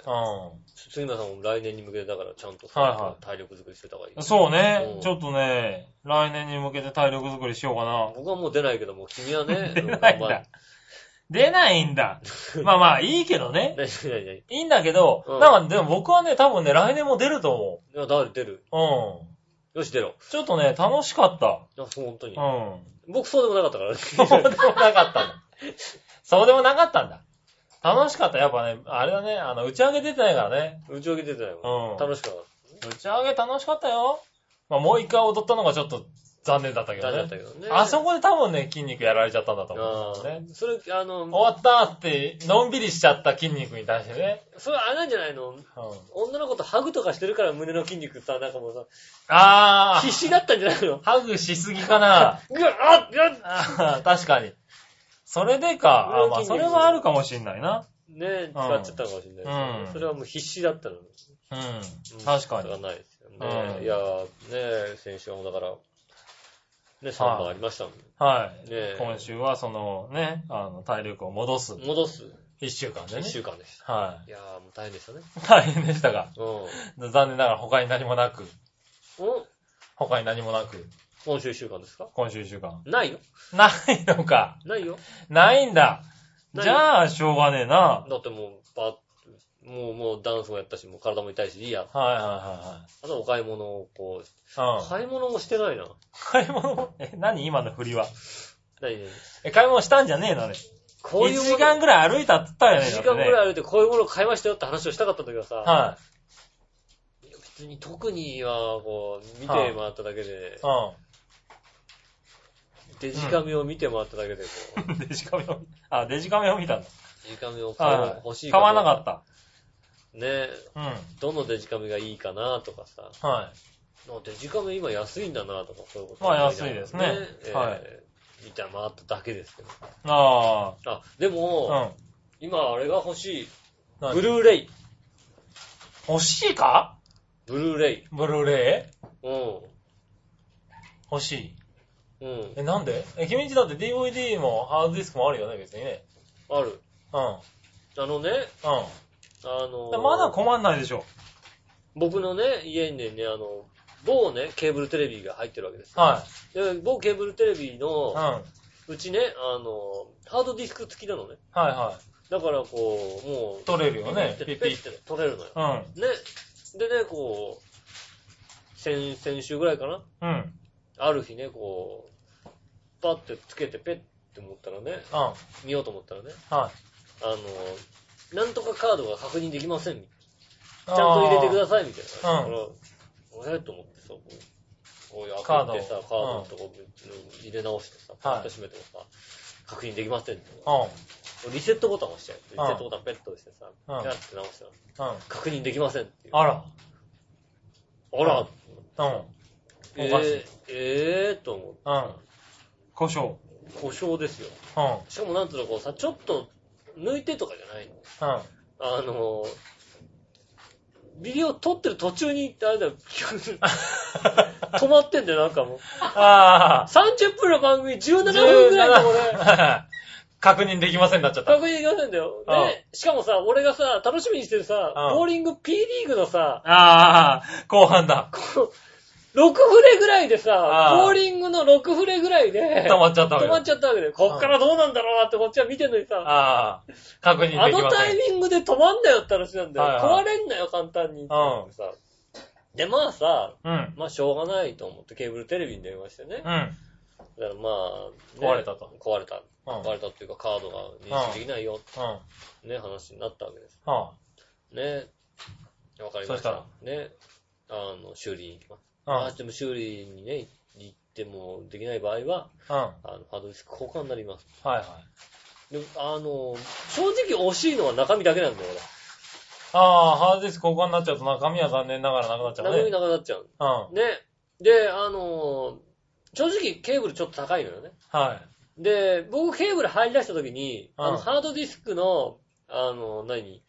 杉村さんも来年に向けて、だからちゃんと、
はいは
体力作りしてた方がいい。
ん。そう
う
ね
ん。
ちょっとね、来年に向けて体力作りしようかな。
僕はもう出ないけども、君はね、
(laughs) 出ないん
うん
だ。。出ないんだ。 (laughs) まあまあ、いいけどね。
頑張れいやいやい
いいんだけど、
うん
なんかでも僕はね、多分ね、来年も出ると思
や、いやだ、出る。
う。うん。
よし、出ろ。
ちょっとね、楽しかった。
いや、そう、本当に
う。ん。
僕そうでもなかったからね。
そうでもなかったんだ。そうでもなかったんだ。楽しかった。やっぱね、あれだね、あの、打ち上げ出てないからね。
打ち上げ出てないも。
うんん
楽しかっ
打ち上げ楽しかったよ。まあ、もう一回踊ったのがちょっと残念だった
た。
け
大事だ
ど
っ
ね。
たけどね。
あそこで多分ね、筋肉やられちゃったんだと思うん
あ
ですよ
あ
ね。
それ、あの、
終わったって、のんびりしちゃった筋肉に対してね。
それあれなんじゃないの
うん、
女の子とハグとかしてるから胸の筋肉さ、なんかもうさ、
あ
必
ー、
死だったんじゃないの
ハグしすぎかな。
ぐわっやっ
あー (laughs) 確かに。それでか。あーまあ、それはあるかもしんないな。
ねえ、使っちゃったかもしれないですよね
うん
それはもう必死だったのに。
うん。確かに。
が
はい
ないですよね。
うん
いやー、ねえ、先週もだから、ね、3番ありましたもんね。。え
今週は、そのね、あの、体力を戻す。
戻す
一週間で
1
ね。
週間でした。
はい
やー、もう大変でしたね。
い。大変でしたが、
うん。
残念ながら他に何もなく、
お
他に何もなく、
今週1週間ですか
今週一週間。
ないよ。
ないのか。
ないよ。
ないんだ。
ない
じゃあ、しょうがねえな。
だってもう、ばもう、もうダンスもやったし、もう体も痛いし、いいや。
はいは
あとはお買い物をこう、
いはいはい。うん。
買い物もしてないな。
買い物、 (laughs) え、何今の振りは。
何何
え、買い物したんじゃねえのね。
こういう
一
もの。
時間ぐらい歩いたっつったよね。
1時間
だっ
ぐ
てね
らい歩いてこういうもの買いましたよって話をしたかったんだけどさ。
はい
や別に特には、こう、見て
はい
回っただけで、
い。
デジカメを見て回っただけで、こう、
うん。 (laughs) デジカメを、あ、デジカメを見たんだ。
デジカメを買う
は
欲し
い。
い
買わな
っ
か
た。ね
った。うん。
どのデジカメがいいかなとかさ、
は
あデジカメ今安いんだなとか、そういうこと。
まあ安いですね
えー
はい
見て回っただけですけど。
い。あ
あ、でも、
あ。うん。
今あれが欲しい。
何
ブルーレイ。
欲しいか
ブルーレイ。
ブルーレイ
う
欲しい。
ん。うん。
え、なんでえ、君んちだって DVD もハードディスクもあるよね、別にね。
ある。
うん。うん。
あのね、あのー
まだ困んないでしょ。
僕のね、家にね、あの、某ね、ケーブルテレビが入ってるわけですよ。
は
で、某ケーブルテレビ
い。うん。
の、
は
うちね、あの、ハードディスク付きなのね。
いは
だからこう、も
い。
う、
取れるよね。
ピ
ピ
ッ
ッ
ピ
ピ
ッ
ッ。
て取れるのよ。
うん。
ね。でね、こう、先、先週ぐらいかな。
うん。うん。
ある日ね、こう、パッてつけてペッって思ったらね、
は
見ようと思ったらね、
い。
あの、なんとかカードが確認できません。ち
ち
ゃんと入れてく
さい。
ださい、みたいな。
うん
だからえと思ってさ、こう、こういう
カード
開けてさ、カードのとこ入れ直してさ、パ
はい
ッと閉めてもさ、確認できませんって。
う
リセットボタン押しちゃう。リセ
うん
ットボタンペット押してさ、
うん
やって直したら、
ん。うん。
確認できませんっていう。
あら。
あら、
うん。
え
おかしい
ー、えーと思う。
うん。胡椒。
故障ですよ。
うん。
しかもなんつうの、こうさ、ちょっと抜いてとかじゃないの。 (laughs)
うん。
あのー、ビデオ撮ってる途中に、あれだよ、止まってんだよ、なんかもう。
ああ。
30分の番組17分くらいだ、俺。
(laughs) 俺。確認できませんなっちゃった。
確認できませんだよ。
ああ
ね。しかもさ、俺がさ、楽しみにしてるさ、
ああ
ボーリング P リーグのさ、
ああ、後半だ。
こう、6フレぐらいでさ
あ、あ
ボーリングの6フレぐらいで、
止まっちゃったわ
止
けだ
まっちゃったわけで、こっからどうなんだろうなってこっちは見てんのにさ、
ああ、確認
あ
でき
の
ま
タ
せ
イ
ん。
ミングで止まんなよって話なんだよ。
はいはい
壊れんなよ、簡単に。さで、まあさ、
うん。
まあしょうがないと思ってケーブルテレビに電話してね。
うん。
だからまあ、ね
壊れたと。
壊れた。
うん。
壊れたっていうかカードが認識できないよ
うん。
ね、話になったわけです。
うん。
ね。わかりま
そ
し
した
た
ら。
ね。あの、修理に行きます。
うん。
ああ、でも修理にね、行ってもできない場合は、
うん。はい
あの、ハードディスク交換になります。
はい。
であの、正直惜しいのは中身だけなんだよ、
ああ、ハードディスク交換になっちゃうと中身は残念ながらなくなっちゃ
俺。中
う
身
ね。
なくなっちゃう。
うん。は
ね。で、あの、正直ケーブルちょっと高いのよね。
い。
で、僕ケーブル入り出した時に、あ
う
の、
ん
ハードディスクの、あの、何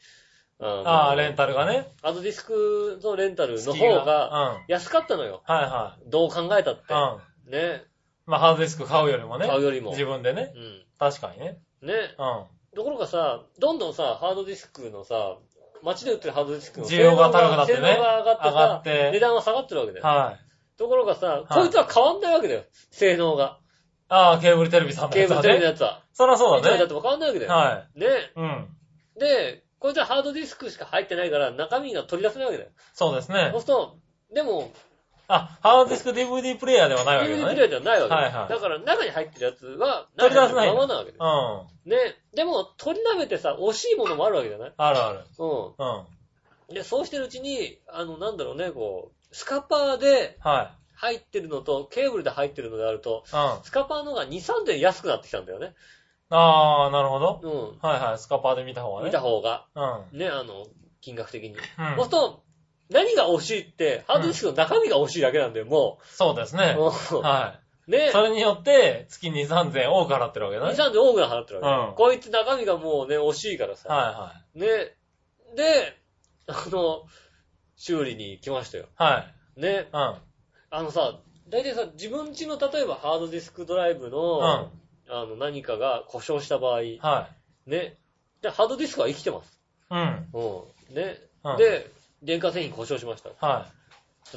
ああ、レン
タル。
タルがね。
ハードディスクのレンタルの
好き
方が
が。
安かったのよ。
うん。はいは
どう考えたっ
い。
て。
うん。
ね。
まあ、ハードディスク買うよりもね。
買うよりも。
自分でね。
う
確かにね。
ん。ね。
うん。
ところがさ、どんどんさ、ハードディスクのさ、街で売ってるハードディスクの
需要が高くなってね
性能が上がってさ、
上がって
値段は下がってるわけだよ。
はい。
ところがさ、
い
こいつは変わんないわけだよ。性能が。
ああ、ケーブルテレビさんの
ケ
や
ー
つ
ブル
は
テレビの
ね。
やつは。
そらそう
いつま
だ
でや
ね
っ。ても変わんないわけだよ。
は
ね。
い。うん。
で、こいつはハードディスクしか入ってないから、中身が取り出せないわけだよ。
そうです
そ
ね
う。すると、でも、
あ、ハードディスク DVD プレイヤーではないわけ
DVD
だ
プレ
ね。
イではないわけだよ
はいはい
だから中に入ってるやつは、
取り出せない
ままなわけだ
う
よ。
ん。
ね。でも、取りなめてさ、惜しいものもあるわけじゃない
あるある。
うん。
うん。
で、そうしてるうちに、あの、なんだろうね、こう、スカパーで
は
入ってるのと、ケーブルで入ってるのであると、
い。うん。あ
スカパーの方が2、3点安くなってきたんだよね。
あ、なるほど。
う
はいはい。スカパーで見た方
ん。
が
見
ね。
た方が、
うん。うん。
ね、あの、金額的に。そうす
う
る
ん。
と、何が惜しいって、ハードディスクの中身が惜しいだけなんだよ、も
そうです
う。
ね。
も
は
う
い。
ね、
そ
2、
れによって、月2、3000多く払ってるわけだね。
3点多くな払ってるわけ、
うん
こいつ中身がもうね、惜しいからさ。
は
ね、で、あの、修理に来ましたよ。
いはい。はい。
ね、
うん。
あのさ、大体さ、自分家の例えばハードディスクドライブの、
うん。
あの、何かが故障した場合、
は
ね。で、ハードディスクは生きてます。
い。うん。
うん。ね。
うん、
で、電化製品故障しました。
は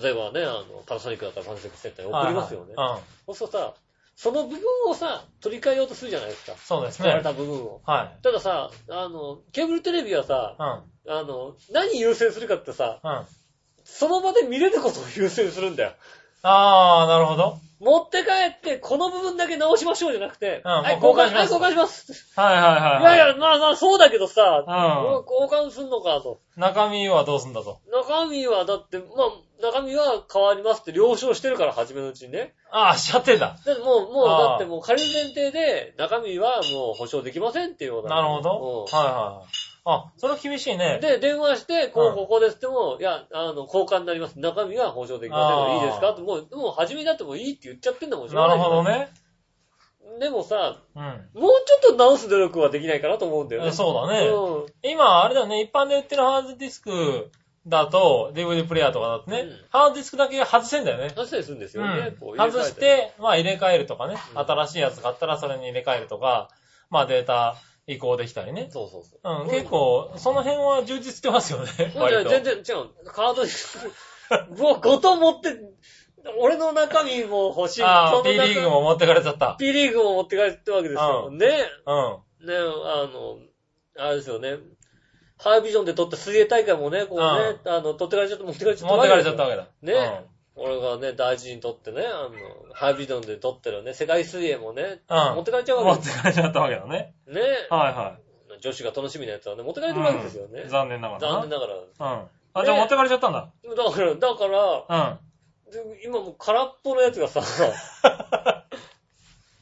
例えばね、あの、パナソニックだったらパナソニックセンター
い。
に送りますよね。
はいはいうん。
そうするとさ、その部分をさ、取り替えようとするじゃないですか。
そうです
取られ
ね。
た部分を。
はい。
たださ、あの、ケーブルテレビはさ、
うん。
あの、何優先するかってさ、
うん。
その場で見れることを優先するんだよ。
あー、なるほど。
持って帰って、この部分だけ直しましょうじゃなくて、
うん
はい、
も
交
う交換
換
し
しますす。はい、交換
ま
します。
はいはい
い
はい。
やいや、まあまあ、そうだけどさ、
うん。
交換すんのかと。
中身はどうすんだと。
中身は、だって、まあ、中身は変わりますって了承してるから、初めのうちにね。
あー、しちゃってた。
だってもう、もう、
ああ
だってもう仮に前提で、中身はもう保証できませんっていうこと
なるほど。はいはい。あ、それは厳しい
うん
ね。
で、電話して、こ
う
う、
ん
ここですっても、いや、あの、交換になります。中身は保証できません
あ
の
あ
でいいですかって、もう、もう、初めだってもいいって言っちゃってんだもん、しょうが
なる
い
ほどね。
ね。でもさ、
うん。
もうちょっと直す努力はできないかなと思うんだよね。
そうだ
う
ね。
ん。
今、あれだよね、一般で売ってるハードディスクだと、DVD プレイヤーとかだとね、
うん
ハードディスクだけ外せんだよね。
外したりするんです
う
よね。
ん
こう入れ替えた
外
り
して、まあ入れ替えるとかね、
うん
新しいやつ買ったらそれに入れ替えるとか、まあデータ移行できたりね。
そうそうそう。
うん、結構、その辺は充実してますよね、
そうじゃ
割
あ
と。
全然違う。カードに、 (laughs) もうごと持って、俺の中身も欲しい。
あ
そ
あ、
の
P
中
リーグも持ってかれちゃった。
P リーグも持って帰ってわけですよ。
う
ね。
うん。
ね、あの、あれですよね。ハイビジョンで撮った水泳大会もね、こうね、あの、取ってかれちゃった、持ってかれちゃった。
持ってかれちゃったわけだ。
ね俺がね、大事に撮ってね、あの、ハイビジョンで撮ってるね、世界水泳もね、
うん
持ってかれちゃ
う。
うん
持
わ
っ
けで
てかれちゃったわけだね。
す。ね。
はいは
女子が楽しみなやつはね、持ってか
い。
れてるわけですよね
うん。残念ながら
残念
な。
ながら。
うん。あ、じゃあ持ってかれちゃったんだ。
だから、だから、 (laughs)
うん。
で今もう空っぽのやつがさ、 (laughs)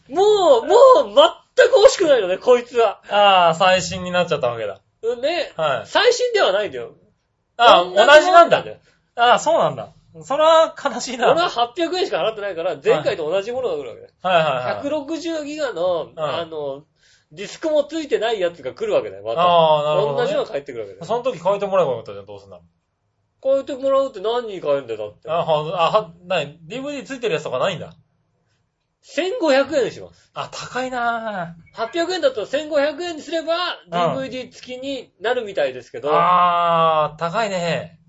もう、もう全く惜しくないのね、こいつは。
ああ、最新になっちゃったわけだ。
ね。
はい。
最新ではないんだよ。
ああ、同じなんだ。
ね。
ああ、そうなんだ。それは悲しいな。
俺
はい
は800円しか払ってないから、前回と同じものが来るわけだよ。
はいはい。
160ギガの、
ん
あの、ディスクもついてないやつが来るわけだよ、また。
ああ、なるほど、ね。
同じのが返ってくるわけだよ。
その時変えてもらえばよかったじゃん、どうすんだろ
変えてもらうって何に変えるんだよ、
う。
だっ
あ、は、あ、は、なに、DVD ついてるやつとかないんだ。
て。1500円にします。
あ、高いな
800円だと1500円にすれば、
うん
DVD 付きになるみたいですけ
ぁ。
ど、
ああ、高いね。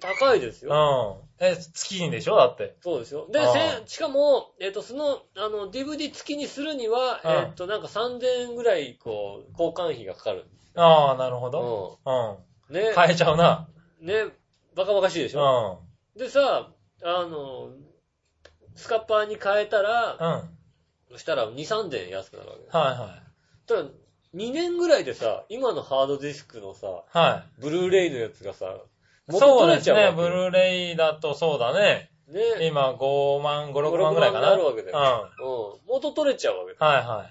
高いです
う
よ。
ん。え、月にでしょだって。
そうですよ。で、
ああ
せんしかも、えっ、と、その、あの、DVD 付きにするには、
うん
えっ、と、なんか3000円ぐらい、こう、交換費がかかる。
ああ、なるほど。
う。
うん
ね
ん。、変えちゃうな。
ね、バカバカしいでし
うん。
ょ。でさ、あの、スカッパーに変えた
う
ら、
ん。はい
そしたら2、3000円安くなるわけだよ。
はい。
ただ、2年ぐらいでさ、今のハードディスクのさ、
は
ブルーレイのやつがさ、
い。そうですね。ブ
ー
ルーレイだとそうだね。
レね、
今、5万、5、
5
6万ぐらいかな。
6万になるわけだよ
うん。
うん。元取れちゃうわけだよ。
はいは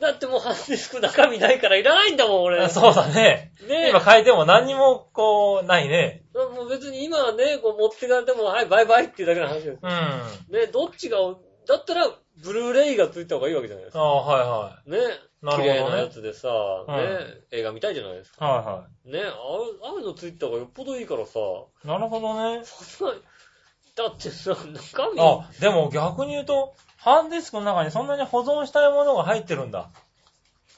だってもうハードディスク中身ないからいらないんだもん、俺。
い。 (laughs) そうだね。
ね
今変えても何にも、こう、ないね。
もう別に今はね、こう持ってかれても、はい、バイバイっていうだけの話です。
うん。あ
ね、どっちが、だったら、ブルーレイがついた方がいいわけじゃないです
あ、
か。
はいはい。
ね。
なるほど
綺
ね
麗なやつでさ、ね、映画見たいじゃないですか。
はいは
ね、あああいうのついた方がよっぽどいいからさ、
い。なるほどね。
さすがに、だってさ、中身、
あ、でも逆に言うと、ハードディスクの中にそんなに保存したいものが入ってるんだ。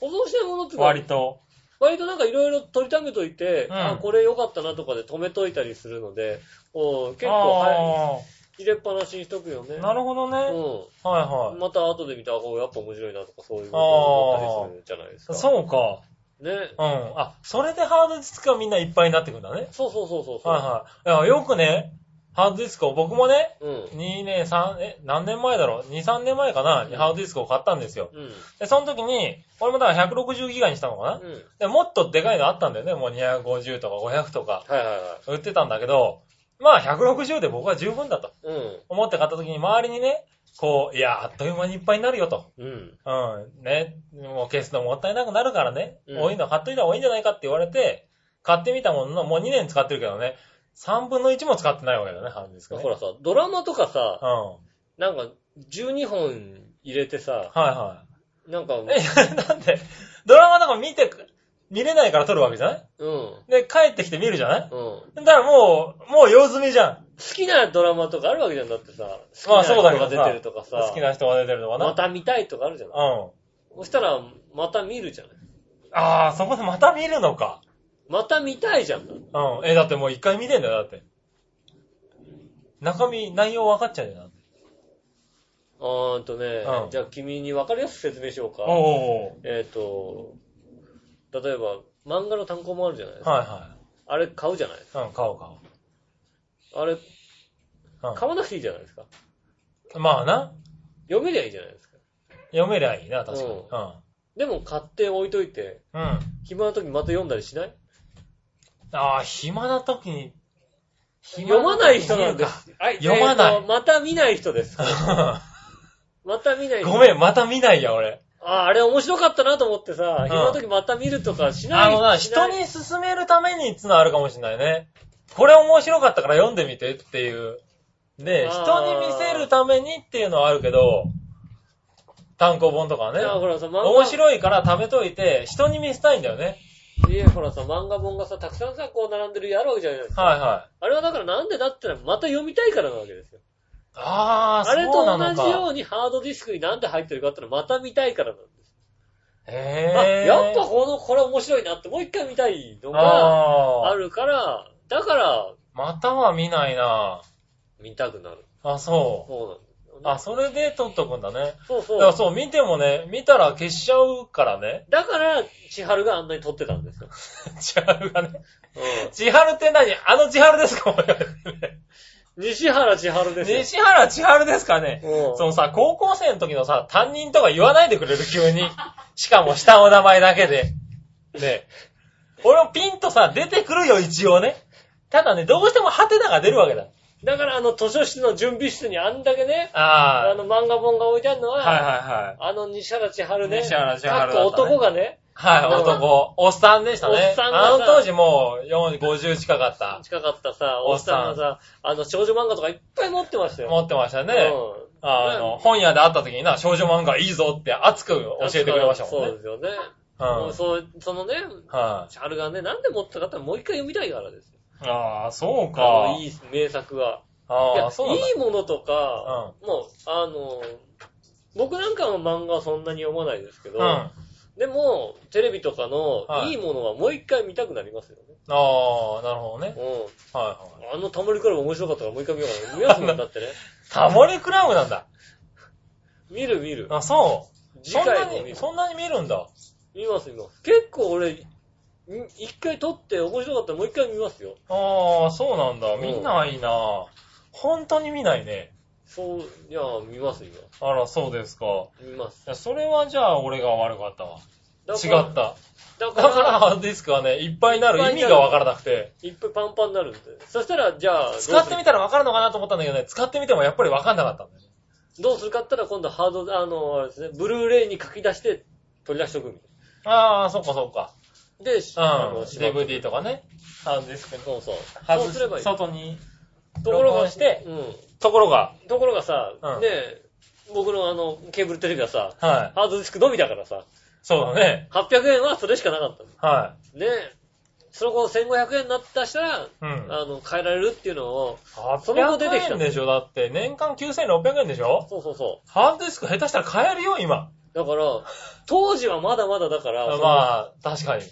保存してるものっていうか
割と。
割となんかいろいろ取りためといて、
うん
あ、これ良かったなとかで止めといたりするので、こう結構、は
あ
い入れっぱなしにしとくよね。
ーなるほどね。はい
うん。
は
また後で見たら、こうやっぱ面白いなとかそういうことを思ったりするじゃないですか。
い。そうか。
う。ね。
うん。あ、それでハードディスクがみんないっぱいになってくんだね。
そうそうそうそうそう。
はいはい。いやよくね、ハードディスクを僕もね、
うん。
2年、3、え、何年前だろう ?2、3年前かな、
うん
ハードディスクを買ったんですよ。
うん。
で、その時に、俺もだから160ギガにしたのかな、
うん。
で、もっとでかいのあったんだよね。もう250とか500とか。
はいはいは
売ってたんだけど、まあ160で僕は十分だと
い。
思って買った時に周りにね、こう、いや、あっという間にいっぱいになるよと。
うん。うん。
うん。ね。もう消すのもったいなくなるからね。
うん
多いの買っといた方がいいんじゃないかって言われて、買ってみたものの、もう2年使ってるけどね、3分の1も使ってないわけだね、ハードディスクね。
ほらさ、ドラマとかさ、
うん。は
なんか、12本入れて
い
さ、
は
なんか、うん
い。。え、 (laughs) なんで、ドラマとか見て、見れないから撮るわけじゃない
うん。
で、帰ってきて見るじゃない
好
だからもう、もう用済みじゃん。
きなドラマとかあるわけじゃん、だってさ。
ま
好
あそ
き
うだ
な
け
人
ど
が
さ
出てるとかさ
好き、な人が出てるのかな。
また見たいとかあるじゃん。
うん。
そしたら、また見るじゃない。
ああ、そこでまた見るのか。
また見たいじゃん。
うん。え、だってもう一回見てんだよ、だって。中身、内容分かっちゃうじゃん。
うーんとね
う、ん
じゃあ君に分かりやすく説明しようか。
おお
えっ、と、例えば、漫画の単行もあるじゃないですか。
は
あれ買うじゃないです
いはい。うん、買おう買
か。あれ、
おう。
買わなくていいじゃないですか。
うん。まあな。
読めりゃいいじゃないですか。
読めりゃいいな、確かに。
うん
う
でも買って置いといて、
ん。うん。
暇な時また読んだりしない
ああ、暇な時に。
読まない人なんで
だ。
す。はい
読まない
えーとまた見ない人です。また見ない人。
(laughs) ごめん、また見ないや、俺。
あー、あれ面白かったなと思ってさ
う、ん
暇な時また見るとかしない。
あのな、
しな
人
い。
に勧めるためにっつのあるかもしれないね。これ面白かったから読んでみてっていう。で、
あー
人に見せるためにっていうのはあるけど、単行本とかはね
い。やほらさ、漫画
面白いから食べといて、人に見せたいんだよね。
いや、ほらさ、漫画本がさ、たくさんさ、こう並んでるやるわけじゃないですか。
はいはい。
あれはだからなんでだってのはまた読みたいからなわけですよ。
あー、
あれと
そうな
同
の
じよ
か。
うにハードディスクになんで入ってるかってのはまた見たいからなんです。あ、
へー。
やっぱこの、これ面白いなってもう一回見たいのが
あ
あ
ー
るから、だから
または見ないな
見たくなる。
あ、そ
そう
う。
なん
あ、
だ、
それで撮っとくんだね。
そうそ
だから
う。
そう、見てもね、見たら消しちゃうからね。 (laughs)
だから、千春があんなに撮ってたんですよ。
千春がね。
う
千春って何あの千春で
(laughs)
すか
ん。西原千春ですよ。
西原千春ですかね
うん
そのさ、高校生の時のさ、担任とか言わないでくれる、急に。しかも下の名前だけで。ね。俺もピンとさ、出てくるよ、一応ね。ただね、どうしてもハテナが出るわけだ。
だからあの図書室の準備室にあんだけね、あ
あ
の漫画本が置いてあるの
あ。はい
は、
は
あの西原千
いは
春
い。
ね。
西原千
か
春
っ
だ
こ
ったね
男がね、
はい、男。おっさんでしたね。
おっさんがさ
あの当時もう4 50近かった。
近かったさ、お
お
っ
っ
さ
さん
んがさ、あの、少女漫画とかいっぱい持ってましたよ。
持ってましたね。
うん
あの、本屋で会った時にな、少女漫画いいぞって熱く教えてくれましたもん
そう
ね
で。すよね。
う
も
ん
う。そう、そのね、
は
チャルがね、なんで持ったかってもう一回読みたいからですよ。
い。ああ、そう
あ
か
の。いい名作は。い
あ
や
あ、そうなんだ。
いいものとか、もう、あの、僕なんかの漫画はそんなに読まないですけど、
うん。うん。あ
でも、テレビとかの
はいい
いものはもう一回見たくなりますよね。
あ、なるほどね。
う
はいはい。
ん。あのタモリクラブ面白かったからもう一回見ようかな。見
(laughs)
ますもん、だってね。
タモリクラブなんだ。
見る見る。
あ、そう。
次
そんな
回も見
に、
る。
そんなに見るんだ。
見ます見ます。結構俺、ん一回撮って面白かったらもう一回見ますよ。
ああ、そうなんだ。
ん
みんないいな。本当に見ないね。
そう、いや、見ます見ま
あら、そうですか。
す。見ます。
いや、それはじゃあ俺が悪かったわ。
だから
違っ。た。
だか、
だかららハードディスクはね、いっぱいになる
いっぱい
意
にな
味
る
がわからなくて。
いっぱいパンパンになるんで。そしたら、じゃあ、
使ってみたらわかるのかなと思ったんだけどね、使ってみてもやっぱりわかんなかったんだよね。
どうするかって言ったら今度ハード、あの、あれですね、ブルーレイに書き出して取り出しとくみた
ああ、そっかそっか。
いな。で、しあ
うん。
の、しまっとく
DVD とかね。ハードディスクに
そうそう。そう
外
すればい
し、
い。
外に。
ところ
録
が
音して
う
ところが、
ん。ところがさ、
うん
ねえ、僕のあの、ケーブルテレビはさ、
はい。
ハードディスクのみだからさ、
そうだね。
800円はそれしかなかったの。
は
ねえ、その後1500円になったしたら、
い。うん。
あの、変えられるっていうのを、その後出てき
800
た
円でしょだって、年間9600円でしょ
そうそうそ
ハードディスク下手したら買えるよ、今。
う。だから、当時はまだまだだから、その
まあ、確かに。
ね、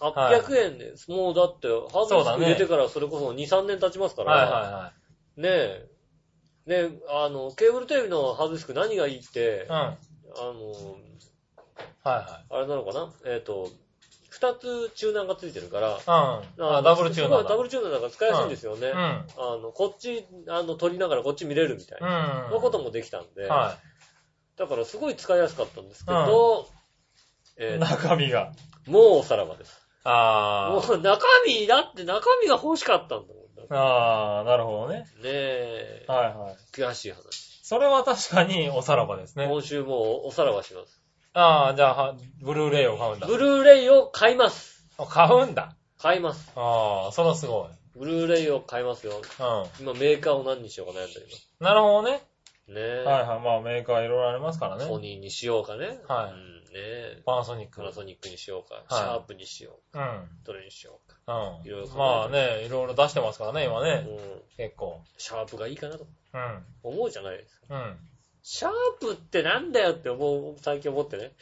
800円です。もうだって、ハードディスク出てからそれこそ2、3年経ちますから、
はいは
ねえ、ねえ、あの、ケーブルテレビのハードディスク何がいいって
いはい。うん。、はい
あの、
は
あれなのかなえっ、と、2つチューナーがついてるから、
い。うん。あ、
の
ダブルチュー
すご
ナー
い
だ
ダブ。ルチューナーだから使いやすいんですよね。
うん。
あの、こっち、あの、撮りながらこっち見れるみたいな、
うん。
のこともできたんで、
は
だからすごい使いやすかったんですけど、えー
い。中身が。
もうおさらばです。も
あ
う中身、だって中身が欲しかったんだもん。
あ。ああ、なるほどね。
ねえ、
はいはい。
悔しい話。
それは確かにおさらばですね。
今週もうおさらばします。
ああ、じゃあ、はブルーレイを買うんだ。
ブルーレイを買います。
買うんだ。
買います。
ああ、それはすごい。
ブルーレイを買いますよ。
う
今メーカーを何にしようか悩んでる
ん。なるほどね。
の。ねえ、
はいはい。まあ、メーカーいろいろありますから
ソ
ね。
ニーにしようかね。
はい
うん、ねえ、
パナソニック。
パ
うん。う
ナソニックにしようか、シャープにしよ
ん。
うか、どれにしようか。いろいろ考え
う
て
ん。まあね、いろいろ出してますからね、今
う
ね。
ん、
結構。
シャープがいいかなと
うん。
思うじゃないですか。
うん。
シャープってなんだよって思う、最近思ってね。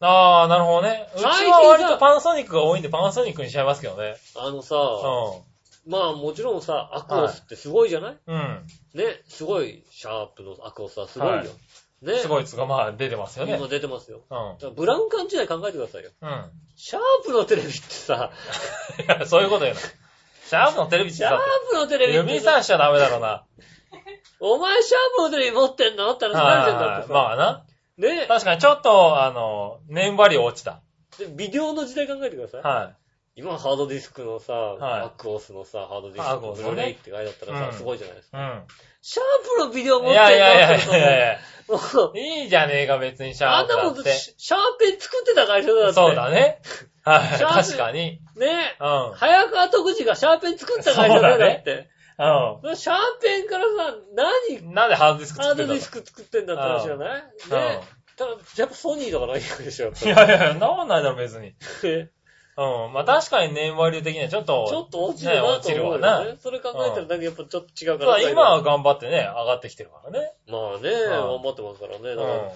ああ、なるほどね。うち
最近
は割
さ
とパナソニックが多いんで、パナソニックにしちゃいますけどね。
あのさ、
う
まあもちろんさ、アクオスってすごいじゃない、
ん。うん。
ね、すごい、シャープのアクオスはすごいよ。
はい
ね、
すごいつが、まあ、出てますよね。
今出てますよ。
うん。
だからブラウン管時代考えてくださいよ。
うん。
シャープのテレビって
(laughs)
さ、
いや、 (laughs) そういうことよな。シャープのテレビって
シャー
さ、
プのテレビって
指さしちゃダメだろうな。
お前シャープのテレビ持ってんのって話になるじゃんだっ
は
て
い。
さ。
まあな。
ね
確かにちょっと、あの、年張り落ちた。
でビデオの時代考えてください。
は
今ハードディスクのさ、
はい
アクオスのさ、ハードディ
ア
スク
クオス
ブ
の
ル
ね
ーレイって書いてあったらさ、
うん
すごいじゃないですか。
い。うん。
シャープのビデオ持って
い
んの
やいやいやい
ってさ
やい
もう、
や。いいじゃねえか、別にシャ
あ
ー
ん
プ
な
だ
も
っ
ん、
て。
シシャーペン作ってた会社だって。
そうだね。はい。
シャープ
確かに。
ね。
うん。うん。
早川徳次がシャーペン作った会社だよだって。シャーペンからさ、何、
なんでハードディスク
ハー
作
ド
ってんだ
デ
ろ
ィスク作ってんだって話じゃないね。
う
ただ、やっぱソニーだからいいわけでしょ、やっぱ
い
り
やいやいや、なんないだろ、別に。
で
うん。まあ確かに年割り的にはちょっと。
ちょっと落ちるなと思うよ
ね落ち
ね。それ考えたらなんかやっぱちょっと違うか
た
ら。
だ今は頑張ってね、上がってきてるからね。
まあね、
ん
頑張ってますからね。だから、
う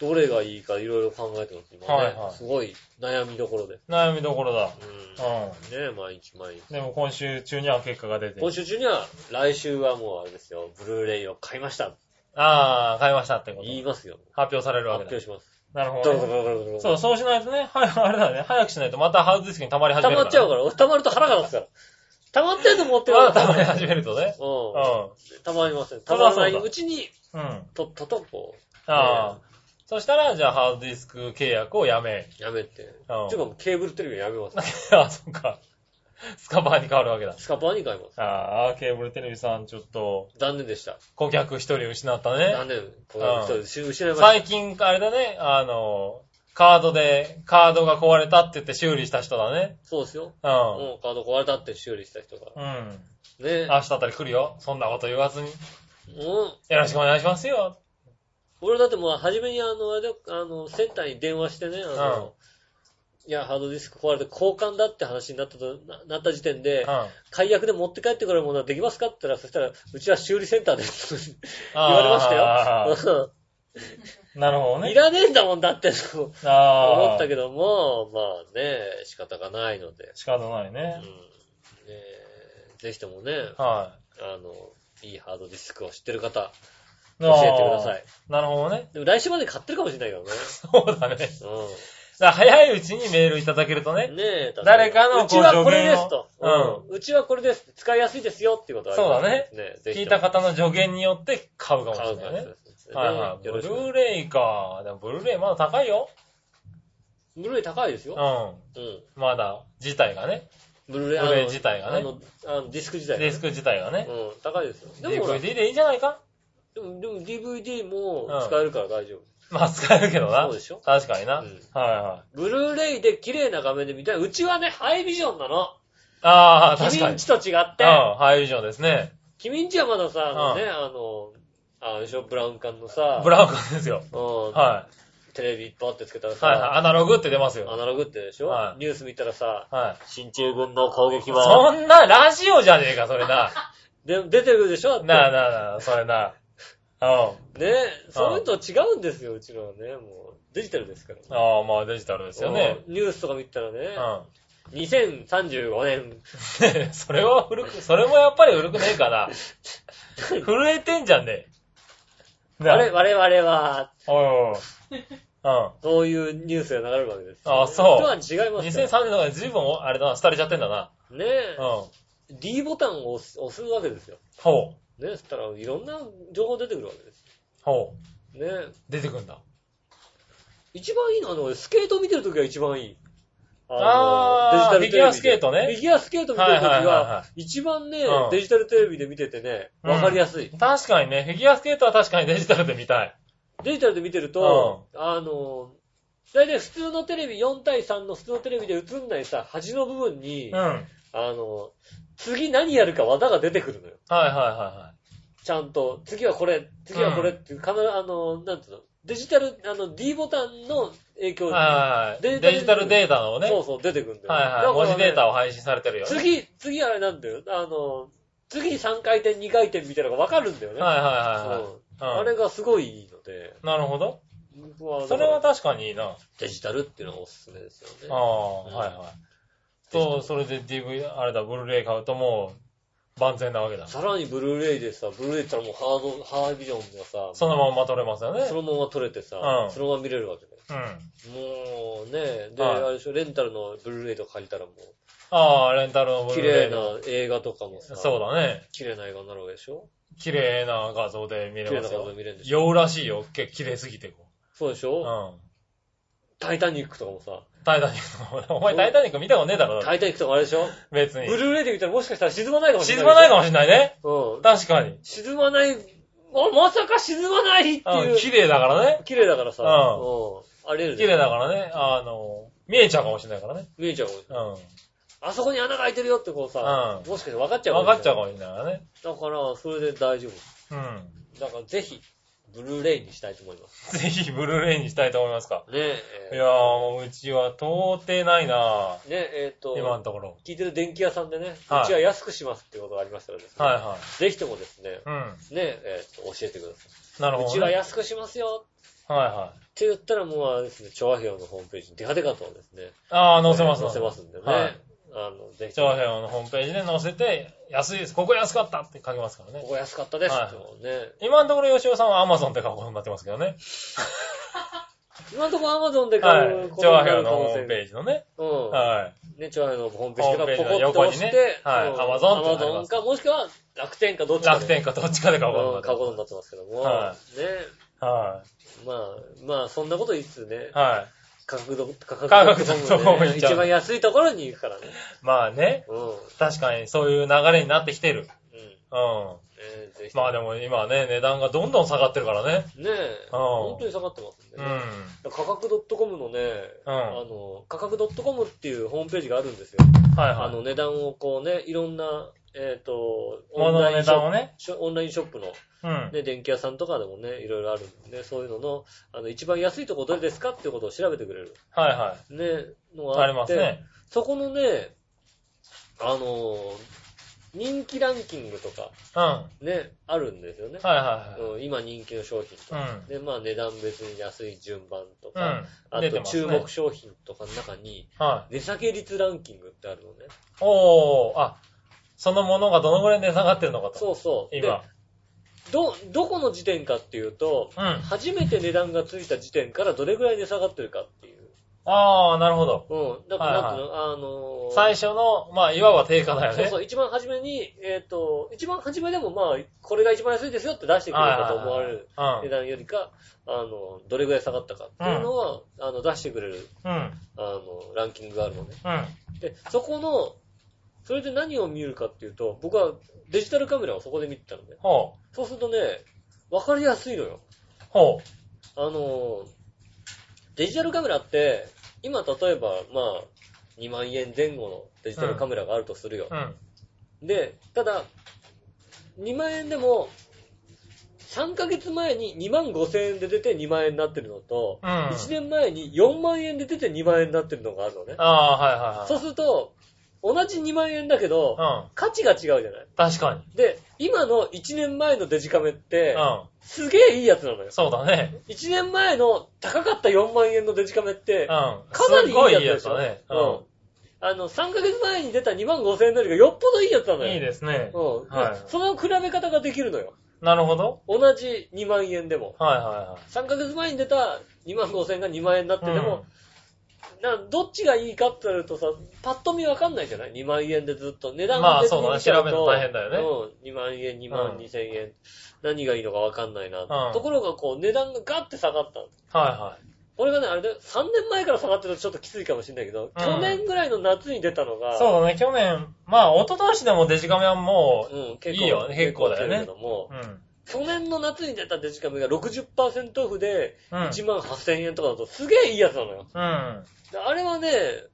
どれがいいかいろいろ考えてます、今
は
ね
いは。い
すごい悩みどころで。
ん。悩みどころだ。
うん。
う
ね毎日毎日。
ん。でも今週中には結果が出て
今週中には、来週はもうあれですよ、ブルーレイを買いました。
ああ、買いましたってこと。
言い
発
ますよ。
表されるわ
発
けだ
表。します。
なるほ
ドロ
どね、
ドロドロドロ
そう、そうしないとね、 (laughs) はい、あれだね、早くしないとまたハードディスクに溜まり始
溜
める
ま
から。
っちゃうから、溜まると腹が立つから。溜まってると思って
ま
は
だ溜まり始めるとね。うん。
う。
うん
溜まりません。溜
そ
ま
りゃ
ら
そうだ
ないうちに、
ん。あ
とっととこ
あ。そしたら、じゃあハードディスク契約をやめ。
う、やめて。
うん
ち。ょっとケーブルテレビはやめます。
(laughs) あ、そっか。スカパーに変わるわけだ。
スカパーに買います。
ああ、ケーブルテレビさん、ちょっと、
残念でした。
顧客一人失ったね。
残念。これ、
う
失いました。
最近、あれだね、あの、カードで、カードが壊れたって言って修理した人だね。
そうですよ。う
う。
んん、カード壊れたって修理した人が。
うん。
ね
明日あたり来るよ。そんなこと言わずに。
うん。
よろしくお願いしますよ。
俺だってもう、初めにあの、あれだよあの、センターに電話してね、あの、いや、ハードディスク壊れて交換だって話になったと、ななった時点
う
で
ん。、あ
解約で持って帰ってくるものはできますかって言ったら、そしたら、うちは修理センターです。
言
言われましたよ。
なるほど
うんい
ね。
らねえんだもんだって、と
ああ。
思ったけども、まあね、仕方がないので。
仕方ない
うん
ね
ね。えぜひともね、
は
あの、いいハードディスクを知ってる方、
い。
教えてくださ
い。
い。
なるほどね。
でも来週まで買ってるかもしれないけどね。
そうだね。だか
う
ら早いうちにメールいただけると
ん。
ね。
ねえ、
誰かの
うちは
ご
こ
助
れで
言を
すと。
うん
うちはこれです。使いやすいですよっていうことはありますね。ぜ
聞
ひ
い
と
た
も
方の助言によって買うかもし
買
れ
うか
な
ら
い
ね
ね。
ね
はいはい。
よろ
ブル
しく。
ーレイか。でもブルーレイまだ高いよ。
ブルーレイ高いです
う
よ。
ん。
うん。
まだ、自体がね。
ブルー
ブ
レイあ
ル
の
ーレイ自体が
あ
ね。
の、あのディスク自体が
ディスク自体がね。
うん、高いですよ。でもほら、で
DVD でいいんじゃないか
もでも DVD も使えるから大丈夫。
まあ使えるけどな
そう。でしょ
確かにな。は
う
い
ん
はい。
ブルーレイで綺麗な画面で見たい。うちはね、ハイビジョンなの。
ああ、確か
君
に
ん。ちと違って
う、ん、ハイビジョンですね。
君んちはまださ、あの
うん
ね、あの、あれでしょ、ブラウン管のさ、
(laughs) ブラウン管ですよ。
うん
は
テレビパッてつけたら
い。はいはい
さ、。
アナログって出ます
ア
よ。
ナログってでしょ、
はい
ニュース見たらさ、
はい。
新中軍の攻撃は、
そんな、ラジオじゃねえか、それ (laughs) な。
で出てくるでしょだって
なあなあなあ、それ (laughs) な。うん。
ね、そういうのと違うんですよ、うちのはね、もう。デジタルですから。
ああ、まあデジタルですよね。
うんニュースとか見たらね、
う
2035年、
ん。 (laughs) それは古く、それもやっぱり古くねえか (laughs) な。震えてんじゃんねえ。
我我々は、
おいおい。
そういうニュースが流れるわけですよ、
あそう
とは違い
うん。
ます
2003
から
年とかで随分、あれだな、廃れちゃってんだな。
ね
う
え
ん。、ほ
D ボタンを押す押すわけですよ。
う。
ねえ、そしたらいろんな情報出てくるわけです
ほう。
よ。ねえ、
出てくんだ。
一番いいのはね、俺スケート見てるときが一番いい。
あー
のデジタルテレビで
フィギュアスケートね
フィギュアスケート見てるとき
はいはいはいは
が、一番ね、
うん
デジタルテレビで見ててね、わかりやすい。
確かにね、フィギュアスケートは確かにデジタルで見たい。
デジタルで見てると、あの、だいたい普通のテレビ、4対3の普通のテレビで映んないさ、端の部分に、
うん。はい
あの、次何やるか技が出てくるのよ。
はいは
ちゃんと、次はこれ、次はこれって、必ず、あの、なんつうの、デジタル、あの、D ボタンの影響
いはい。
で、
はいはい。デジタルデータのね。
そうそう、出てくるんだよ。
はいはい。文字データ
を。
を配信されてるよね。
次、次あれなんだよ。あの、次3回転、2回転みたいなのがわかるんだよね。
はいはいはいはい。
うん
うん
あれがすごいいいので、
なるほど。
僕はだか
そ
ら
れは確かにいいな。
デジタルっていうのがおすすめですよね。
ああ、はいはい。そう、それで DV、あれだ、ブルーレイ買うともう、万全なわけだ。
さらにブルーレイでさ、ブルーレイって言ったらもうハード、ハービジョンがさ、
そのまんま撮れますよね
そ。のまま撮れてさ、
うん
そのまま見れるわけだよ。
うん。
もうね、で、
はい
あれでしょ、レンタルのブルーレイとか借りたらもう、
ああ、レンタルのブ
綺
ルーレ
麗
イの。
な映画とかもさ、
そうだね。
綺麗な映画になるわけでしょ
綺麗な画像で見
綺麗
れま
な
す
画像
よ。
見れるんでしょ
ようらしいよ。け綺麗すぎてこ
そうでし
う。う
ょ
ん。
タイタニックとかもさ、
タイタニック、お (laughs) 前タイタニック見たことねえだろ、だって
タイタニックとかあれでしょ
別
ブ
に。
ルーレイで見たらもしかしたら沈まないかもしれない。
沈まない
か
かもしんないね。
も。うん。
確かに。
沈まない、あまさか沈まないって
う
い
ん、
う。
綺麗だからね。
綺麗だからさ、
うん
うん。あり得る
綺麗だからね。あの、見えちゃうかもしんないからね。
見えちゃうかも
うん。
あそこに穴が開いてるよってこうさ、
う
もしかして分かっちゃう
分かっちゃう
かも
かもしんないからね。
しれない。だから、それで大丈夫。
うん。
だからぜひ、ブルーレイにしたいと思います。
ぜひ、ブルーレイにしたいと思いますか。
ねえ。え
い
ー
やー、もううちは到底ないなぁ。
ねえ、えっ、と、
今のところ。
聞いてる電気屋さんでね、
はいう
ちは安くしますってことがありましたらですね、
はいは
ぜひともですね、
い。うん。
ねえ、えーと教えてくださ
なる
い。う
ほ
ち
ど、
は
ね。
安くしますよ
はいはい。
って言ったらもうあれですね、調和表のホームページにデカデカとですね、
あー、載せます。
えー載せますんでね、
はい
あの、ぜひと
長
も
編のホームページで載せて、安いです。ここ安かったって書きますから
こ
ね。
こ安かったです
はい
ってもうね、
今のところ、吉尾さんは Amazon って書くことになってますけどね。
今のところ Amazon で
は
買
い。
うこと
長
にな
編
る可
のホ
能
ーム
性
ページのね。
うん。
は
ね、チョアヘのホームペ
ホー
ー
ムペー
ジ
ジ
か
の
らポコッと押して、
横にねはい Amazon って
ア
なり
マゾ
ま
ン
す
か、もしくは楽天かどっ
い。
ちか
楽
で。
天かどっちかで書くことに
う
なんって
買うことにな
ま
ってますけども。
は
ね。
す。は
まあ、まあ、そんなこと言いつつね
い。、は
価格ど、価格
価格ドットコムに行っちゃう
一番安いところに行くからね。
い。まあね。
うん。うん。
確かにそういう流れになってきてる。うん。うん。
えーぜひ。
まあでも今ね、値段がどんどん下がってるからね。
ねえ、
うん
本当に下がってますんで
う
ね。
ん。
価格 .com のね、
うん
あの、価格 .com っていうホームページがあるんですよ。
はい
あ
は
の、値段をこうね、いろんな、えっ、と、
い。物の値段を
ね。
ね。
ショオンラインショップの、
うん。
ね、電気屋さんとかでもね、いろいろあるんでね、そういうのの、あの、一番安いとこどれですかっていうことを調べてくれる、
はいは
ね、の
い。
があ
あ
って。
りますね。
そこのね、あの、人気ランキングとか、
うん。は
ね、あるんですよね
い。は
うん、今人気の商品と
いは
か。で、まあ値段別に安い順番と
い。うん。
か、
うん。
あ
出
と
てますね
注目商品とかの中に、
は
値下げ率ランキングってあるのね。
い。おー、あ、そのものがどのぐらい値下がってるのかと。
そうそう。で、
今。
ど、どこの時点かっていうと、
うん。あ
初めて値段がついた時点からどれぐらい値下がってるかっていう。
あー、なるほど。
うん。だから、なんていうの、あのー
最初の、まあ、いわば定価だよ
そう
ね
そ。う、一番初めに、えっ、と、一番初めでもまあ、これが一番安いですよって出してくれるかと思われる
はいはいはい
値段よりか、あの、どれぐらい下がったかっていうのは、あの、出してくれる、
うん。うん。
あの、ランキングがあるのね。
うん。
で、そこの、それで何を見るかっていうと、僕はデジタルカメラをそこで見てたのね。
ほう。
そうするとね、わかりやすいのよ。
ほう。
あの、デジタルカメラって、今例えば、まあ、2万円前後のデジタルカメラがあるとするよ。
うん。
で、ただ、2万円でも、3ヶ月前に2万5千円で出て2万円になってるのと、
うん。
1年前に4万円で出て2万円になってるのがあるのね。
ああー、
そうすると、同じ2万円だけど、
はいはい。うん。
価値が違うじゃない
確かに。
で、今の1年前のデジカメって、
う
すげえいいやつなのよ
ん。。そうだね。
1年前の高かった4万円のデジカメって、
うん。
かなり
すごいい
い
い
いや
や
つ
つ
だ
だ
ね
ね。
うんあの、3ヶ月前に出た2万5千円のよりがよっぽどいいやつなの
うん。
よ。
いいですね。
うん。
はい
その比べ方ができるのよ。
なるほど。
同じ2万円でも、
はいは
3ヶ月前に出た2万5千が2万円になって
いはい。
でも、などっちがいいかってなるとさ、パッと見わかんないじゃない ?2 万円でずっと。値段
まあ
別に
そうだね
見ちゃと
調べるの大変だよね
うん。2万円、2万
うん
2千円。何がいいのかわかんないな。
うん
ところがこう、値段がガッて下がった。
うん。はいは
これがね、あれだよ、3年前から下がってるとちょっときついかもしれないけど、
うん
去年ぐらいの夏に出たのが、
い。そうだね、去年、まあ、一昨年でもデジカメはも
う。ん、結構。
いいよね結構だよね
結強いけども
う、、うん。
去年の夏に出たデジカメが60%オフで、
うん。
1万8000円とかだとすげえいいやつなのよ。
うん。
であれはね、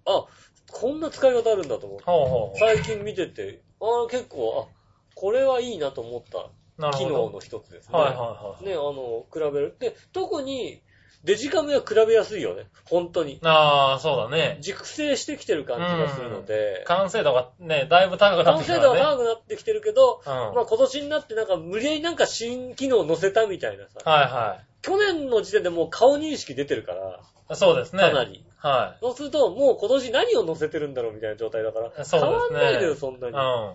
あ、こんな使い方あるんだと思う。
ほうほ
最近見てて、あ結構、あ、これはいいなと思った
う。なる
機
ほ
能
ど。
の一つですね。
はいはいはい。
ね、あの、比べる。で、特にデジカメは比べやすいよね。本当に。
ああ、そうだね。
熟成してきてる感じがするので、
完成度がね、だいぶ高くなっ
完
てきた
成
ね。
度は高くなってきてるけど、
うん。
まあ今年になってなんか無理やりなんか新機能を載せたみたいなさ、
はいは
去年の時点でもう顔認識出てるから、
い。そうですね。
かなり。
は
そうすると、もう今年何を載せてるんだろうみたいな状態だから、
そうですね。
変わんないのよ、そんないに。
う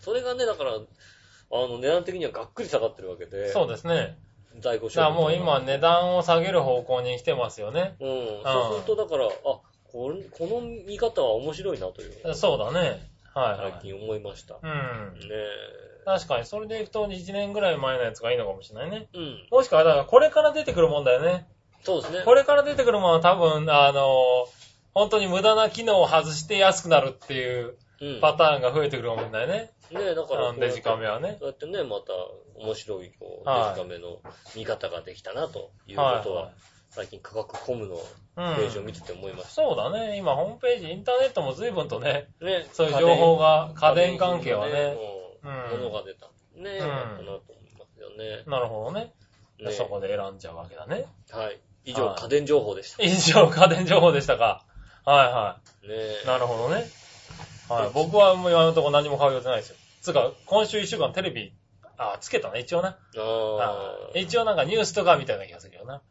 それがね、だから、あの、値段的にはがっくり下がってるわけで、
ん。そうですね。
在庫
じゃあもう今値段を下げる方向に来てますよね。
うん。そうすると、だから、あ、これこの見方は面白いなという、
そうだね。はい、は
最
い。
近思いました。ね
うん。
え。
確かに、それでいくと1年ぐらい前のやつがいいのかもしれないね。
うん。
もしくは、だからこれから出てくるもんだよね。
そうですね。
これから出てくるものは多分、あの、本当に無駄な機能を外して安くなるっていう
うん。
パターンが増えてくるかもしれないね。
ねえ、だからこ
あ
うや
のデ
って、
ジカメはね。
そうやってね、また、面白い、こう、
は
デ
い
ジカメの見方ができたな、というこ
は
とは、
い
最近価格コムのペ
はい。う
ージを
ん。
見てて思いまし
そうだね。今、ホームページ、インターネットも随分とね、
た。ね
そういう情報が、家
家
電
電
関係はね。。
う。
うんん
ものが出た。ねえ、
うん
よかったなと思いますよね。
なるほどね。
ね
そこで選んじゃうわけだね。
はい。以上、
はい
家電情報でした。ね
以上、家電情報でしたか。はいは
え
い。。なるほどね。はい。僕はもう今のところ何も買う予定ないですよ。つうか、今週一週間テレビ、あ、つけたね、一応な。
あ
はい一応なんかニュースとかみたいな気がするけどな。
あ、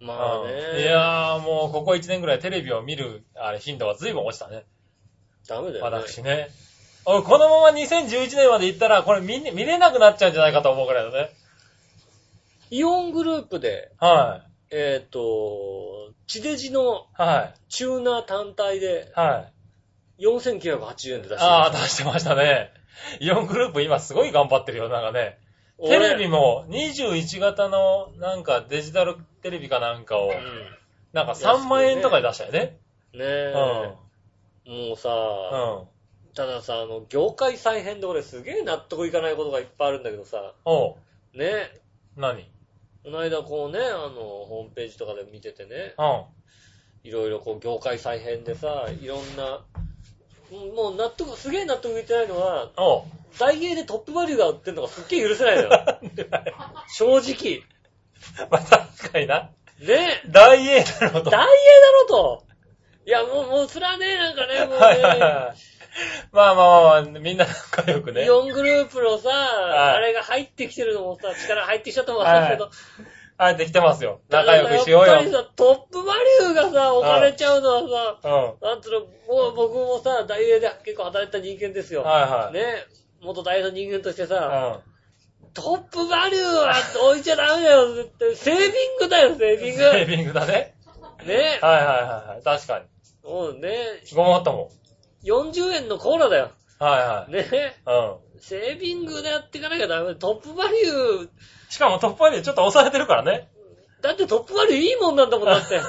まあ
うん
ね。
いやー、もうここ1年ぐらいテレビを見るあれ頻度は随分落ちたね。
ダメだよね。
私ね。俺このまま2011年まで行ったら、これ見ね見れなくなっちゃうんじゃないかと思うくらいだね。
イオングループで、
は
えっと、地デジの
い。はい。
チューナー単体で
はい。
4980円で出してる
ああ、出してましたね。イオングループ今すごい頑張ってるよ、なんかね。テレビ
も。
も21型のなんかデジタルテレビかなんかを
俺、
なんか3万円とかで出したよね。
うんねえ。もうさ、
うん。うん。
たださ、あの、業界再編で俺すげえ納得いかないことがいっぱいあるんだけどさ、
おう。
ね、
何うん。
この間こうね、あの、ホームページとかで見ててね、
あ
いろいろこう業界再編でさ、いろんな、うんもう納得、すげえ納得いってないのは、
おう。
ダイエーでトップバリューが売ってんのがすっげえ許せないのよ。
(laughs)
正直。
まあ、確かにな。
ね
大英だろうと。
ダイエーだろと。いや、もう、もう、それはね、なんかね、も
はいはいは
う
い。まあまあまあ、みんな仲良く
ね、
ね
イ。オングループのさ、あれが入ってきてるのもさ、力入ってきちゃったもんさ、けど、
あえてきてますよ。仲良くしよう
やっぱり
よ。
さ、トップバリューがさ、置かれちゃうのは
うん。は
さ、なんつうの、もう僕もさ、ダイエーで結構働いてた人間です
い
よ。
はい。
ね、元大の人間として
う
さ、
ん。
トップバリューは置いちゃダメだよ、絶対。セービングだよ、セービ
(laughs)
ン
セー
グ。
ビングだね。
ね、
はいはいはいはい。確かに。
もうね、
ごもっとも。
40円のコーラだよ。
はいはい。
ね、
うん。
セービングでやっていかなきゃダメ。トップバリュー、
しかもトップバリューちょっと押されてるからね。
だってトップバリューいいもんなんだもんだ
(laughs)
って。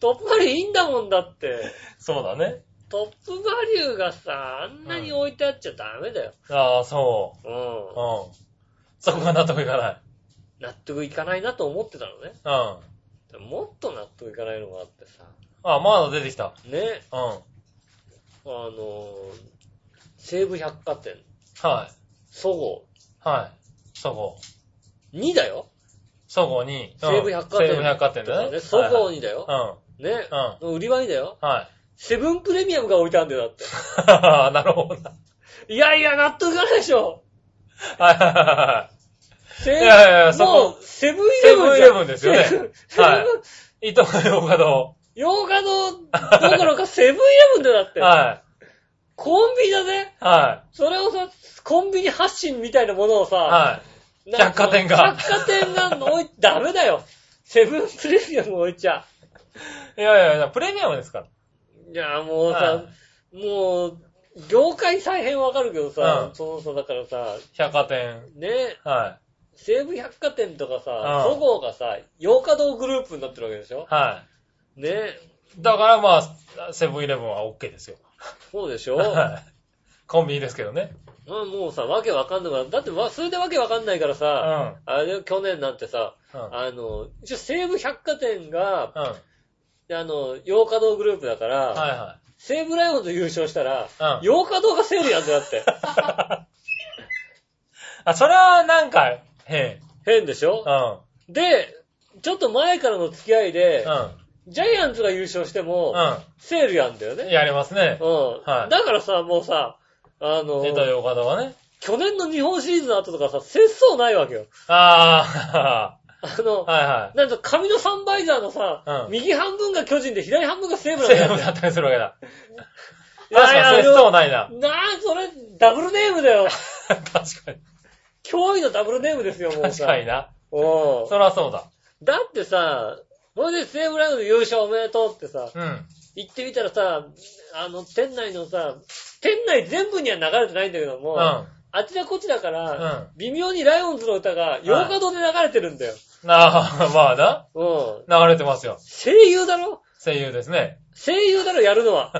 トップバリューいいんだもんだって。
そうだね。
トップバリューがさ、あんなに置いてあっちゃダメだよ。。
ああ、そうう。うんん。そこが納得いかない。
納得いかないなと思ってたのね。
うん。あ
もっと納得いかないのがあってさ。
あ、まだ出てきた。
ね、
うん。
あのー、西武百貨店、
はい。
そご
はい。そごう。
う2だよ。
そごうに。うん
西武百貨店。
西武百貨店だね。
そご
う
うにだよ。
ん。
ね、
う
売り場にだよ。
ん。はい。
セブンプレミアムが置いてあるんだよ、だって。
(laughs) なるほどな。
いやいや、納得いかないでしょ。
はいはいはいは
セ
いやいやそこ
もう、セブンイレブンじゃん。
セブンイレブンですよね
セブン
はいい。いいとこよ、岡堂。
洋画のどころかセブンイレブンだよだって。
は
コンビだぜ。
い。は
それをさ、コンビニ発信みたいなものをさ、
い。は
なんか
百貨店が
百貨店が置い、ダメだよ。セブンプレミアム置いちゃ。
い。いやいやいや、プレミアムですから。
いや、もうさ、
は
もう、業界再編わかるけどさ、
うん
そのさ、だからさ、
百貨店。
ね、
は
西武百貨店とかさ、
うん
そごうがさ、洋華堂グループになってるわけでしょ
い。は
ね、
い。だからまあ、セブンイレブンは OK ですよ。
そうでしょ
はい。コンビニですけどね。
まあもうさ、わけわかんないから、だってわ、それでわけわかんないから
うん。う
さ、
ん。
あれだよ去年なんてさ、
う
あの、一応西武百貨店が、
ん。
あの、洋華堂グループだから、
はいは
西武ライオンズ優勝したら、
い。うん。 (laughs)
洋華堂がセールやんだって。
あ、それはなんか、変。
(laughs) 変でし
う
ょ
ん。うん。
で、ちょっと前からの付き合いで、
う
ジャイアンツが優勝しても、セールやんだよ
ん。
ね。
やりますね。
うん。
はい
だからさ、もうさ、あの、
出たよ、岡田はね。
去年の日本シリーズの後とかさ、節操ないわけよ。
あ
あの
あ、、 (laughs) はいは
なんと紙のサンバイザーのさ、
うん
右半分が巨人で左半分が西武
い。
なん
セ
だ
(laughs) ー
よ
ブ。だったりするわけだ。
いや
確
いや
かに、節操ないな。
なあ、それ、ダブルネームだよ。
確かに。
驚異のダブルネームですよ、もう
確
さ。
かにな。
うん
そりゃそうだ。
だってさ、それで西武ライオンズ優勝おめでとうってさ、
うん。
行ってみたらさ、あの、店内のさ、店内全部には流れてないんだけども、
う
あ
ん。
ちらこちらから、
うん。
微妙にライオンズの歌が、洋歌堂で流れてるんだよ。
なあ、 (laughs) まあ
うん。
な。流れてますよ。
声優だろ
声優ですね。 (laughs)
声優だろ、やるのは。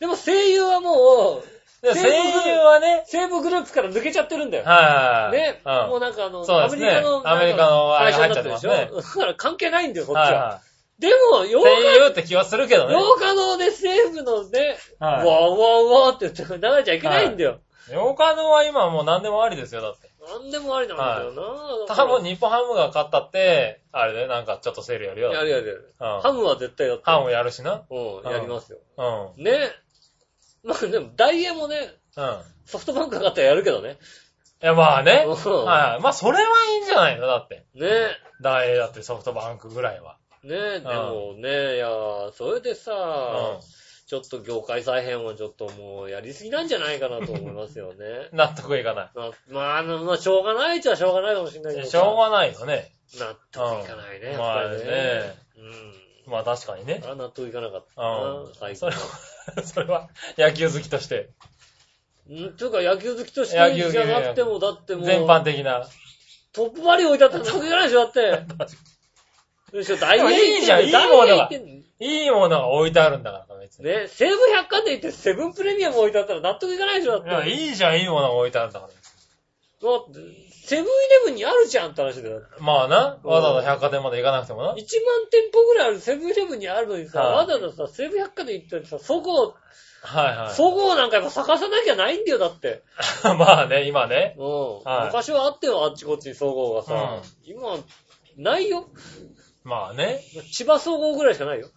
でも声優はもう、
で
西武
声優はね、
西武グループから抜けちゃってるんだよ。
はい。
ね、
うん。
もうなんかあの、
そう
ア
です
メ
ね
リカの、
アメリカのあれ
会社になってるでしょ
入っちゃって
だから関係ないんだよ、こっち
はい
は。
は
でも、洋
い。
歌
声優って気はするけどね。
洋歌堂で西武のね、わ
は
ー
い
わーわーって言って流れちゃいけないんだよ。
ヨーカドは今もう何でもありですよ、だって。
なんでもありなんだよな。だか
多
ら
分日本ハムが勝ったって、あれでなんかちょっとセールやるよ。
やるやるやる。
うん。
ハムは絶対やってる。
ハムやるしな。
うん、やりますよ。
うん。うん。
ね。まあでも、ダイエーもね、
い
ソフトバンクが勝ったらやるけどね。
や、まあね。
うん
はい。まあ、それはいいんじゃないのだって。
ね。
大英だってソフトバンクぐらいは。
ねでもね、いやー、それでさ、
う。
ちょっと業界再編はちょっともうやりすぎなんじゃないかなと思いますよね (laughs)
ん。納得いかな
まあ、まああの、まあ、しょうがないっちゃしょうがないかもしれないけ
い。
ど。
しょうがないよね。
納得いかないね、
う
やっぱ
ん
り
まあね
ね。
まあ、確かにね
うん。。あ納得いかなかったな
う、
最
ん。そ
後
れ。は、 (laughs) それは、野球好きとして、
うん、というか野球好きとし
野球好
て
き
じゃなくても、だってもう、
全般的な。 (laughs)
トップバリュー置いてあったら納得いかないでしょ、だって。ちょっと
でも
IH
いいじゃんいいものがいいものが置いてあるんだからさ、別に。
ね、西武百貨店行ってセブンプレミアム置いてあったら納得いかないでしょ、
い
だっ
や、
て。
いいじゃん、いいものが置いてあるんだから。
だってセブンイレブンにあるじゃんって話だよ。
まあな、
うん
わざわざ百貨店まで行かなくてもな
1万。店舗ぐらいあるセブンイレブンにあるのにさ、
はい
わざわざさ、西武百貨店行ったらさ、そご
はいは
う、
い。
そごうなんかやっぱ探さなきゃないんだよ、だって。
(laughs) まあね、今ね。
うん。
はい
昔はあったよ、あっちこっちに総合がさ。今、ないよ。
まあね。
千葉総合ぐらいしかないよ。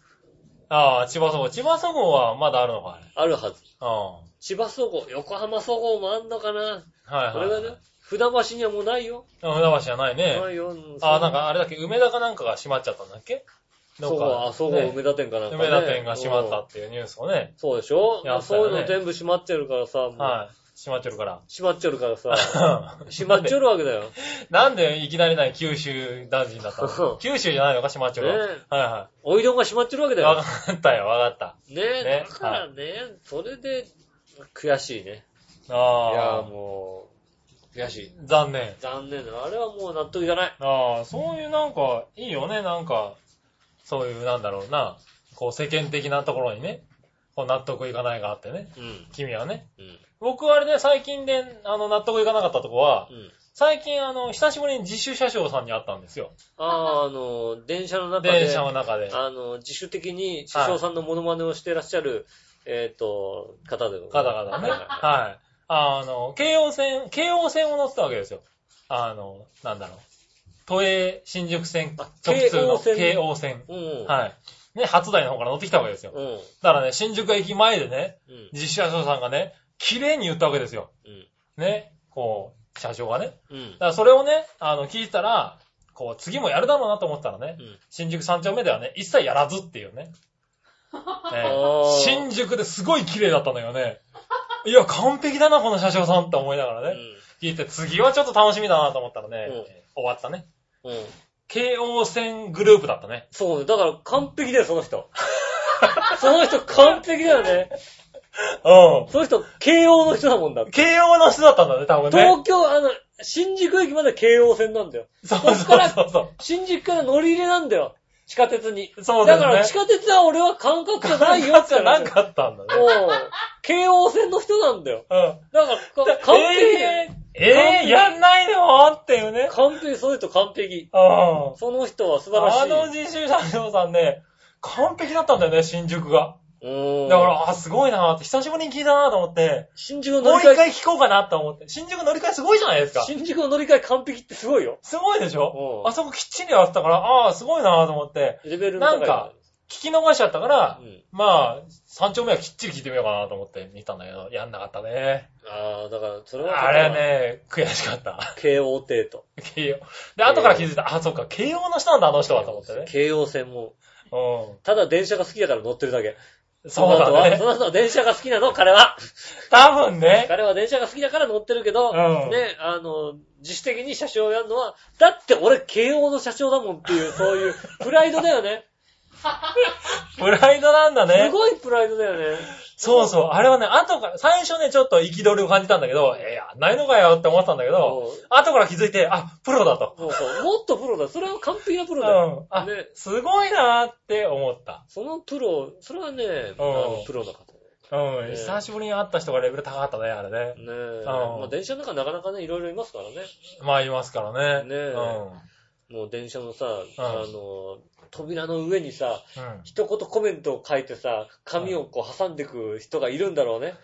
ああ、千葉そごう。千葉そごうはまだあるのかね。
あるはず。
うん。は
千葉総合、横浜総合もあんのかな。
いはい。
俺がね、船橋にはもうないよ。
うん。船橋じゃないね。
ないよ。うん
ああ、なんかあれだっけ、梅田かなんかが閉まっちゃったんだっけど
そう
っか
か、あ、そうか、
ね
梅田店かなんか、ね。
梅田店が閉まった
うん。
っていうニュースをね。
そうでしょ、
やった
そう
よね
いうの全部閉まっちゃうからさ、もう
はい。閉まっちゃうから。
閉まっちゃうから
(laughs)
さ、閉まっちゃうわけだよ。
なんでいきなりない九州男児になったの九州じゃないのか、閉まっちゃうから。
ね
はいは
おいどんが閉まっちゃうわけ
い。
だ
わ
よ。
かったよ、わかった。
ね
ね
だからね、それで、悔しいね。いや
ああ、
もう、悔しい。
残念。
残念だ。あれはもう納得いかない。
ああ、そういうなんか、いいよね、なんか、そういう、なんだろうな、こう世間的なところにね、こう納得いかないがあってね、
うん。
君はね。
うん。
僕はあれね、最近で、あの、納得いかなかったとこは、
うん。
最近あの、久しぶりに自主車掌さんに会ったんですよ。 (laughs)
あー、あの、電車の中で、
電車の中で。
あの、自主的に師匠さんのモノマネをしていらっしゃる、えっ、と、方でござい
ガ
ま
タ
す
ガタね。はい。あの、京王線、京王線を乗ってたわけですよ。あの、なんだろう。都営新宿線
あ
直通
京
の
王線
京王線。
うん。
はい。ね、初台の方から乗ってきたわけですよ。
うん。
だからね、新宿駅前でね、
うん。
実車長さんがね、綺麗に言ったわけですよ。
うん。
ね、こう、社長がね。
うん
だ。からそれをね、あの、聞いたら、こう、次もやるだろうなと思ったらね、
うん
新宿三丁目ではね、一切やらずって (laughs) いうね。ね
ー
新宿ですごい綺麗だったのよね。いや、完璧だな、この車掌さんって思いながらね。聞いて、次はちょっと楽しみだなと思ったらね、終わったね。
うん。うん。
京王線グループだったね。
そうね。だから完璧だよ、その人。 (laughs) その人完璧だよね。
う
その人、慶応の人だもんだって
ん。。慶応の人だったんだね、多分ね。
東京、あの、新宿駅まで京王線なんだよ。
そう
こっ
そ
か
う
ら
そうそう。
新宿から乗り入れなんだよ。地下鉄に。
そうで
だ
すね。
から地下鉄は俺は感覚じゃないよ
なん
って
か
話
なかったんだね。
もう、京王線の人なんだよ。
うん。
だから、か完璧だよ。
ええー、やんないのっていうね。
完璧、そういう人完璧。
うん。あ
その人は素晴らしい。
の自習車長さんね、完璧だったんだよね、新宿が。
うん
だから、あ、すごいなって、久しぶりに聞いたなと思って、
新宿の
もう
乗り
一
換え、
回聞こうかなと思って。新宿乗り換えすごいじゃないですか。
新宿の乗り換え完璧ってすごいよ。
すごいでしょ
うん
あそこきっちりやってたから、ああ、すごいなと思って、
レベルの高い。
なんか、聞き逃しちゃったか
う
ら、
ん。
まあ、三丁目はきっちり聞いてみようかなと思って見たんだけど、やんなかったね。
ああ、だから、それは、
あれは、ね、悔しかった。
京王帝と。
慶応。で、後から気づいた、あ、そっか、慶応の人なんだ、あの人は、と思ってね。
京王線も。
う
ただ電車が好きだから乗ってるだけ。
ん。そう
その後
だ
は
ね
そ。の後は電車が好きなの、彼は。
多
(laughs)
分ね。
彼は電車が好きだから乗ってるけど、
うん
ね、あの、自主的に車掌をやるのは、だって俺、慶応の車掌だもんっていう、そういう、プライドだよね。
プライドなんだ
す
(laughs) ね。
ごいプライドだよね。
そうそう。あれはね、後から、最初ね、ちょっと憤りを感じたんだけど、え、やんないのかよって思ってたんだけど、
そう
後から気づいて、あ、プロだと。
そうそう。もっとプロだ。それは完璧なプ
う
ロだよ。
ん。あ
ね、
すごいなーって思った。
そのプロ、それはね、あのプロの方。
うん。
ね
久しぶりに会った人がレベル高かったね、あれね。
ねえ。
ん
まあ電車の中なかなかね、いろいろいますからね。
まあ、いますからね。
ねえもう電車のさ、あの、扉の上にさ、
うん。うん。
一言コメントを書いてさ、紙をこう挟んでく人がいるんだろうね。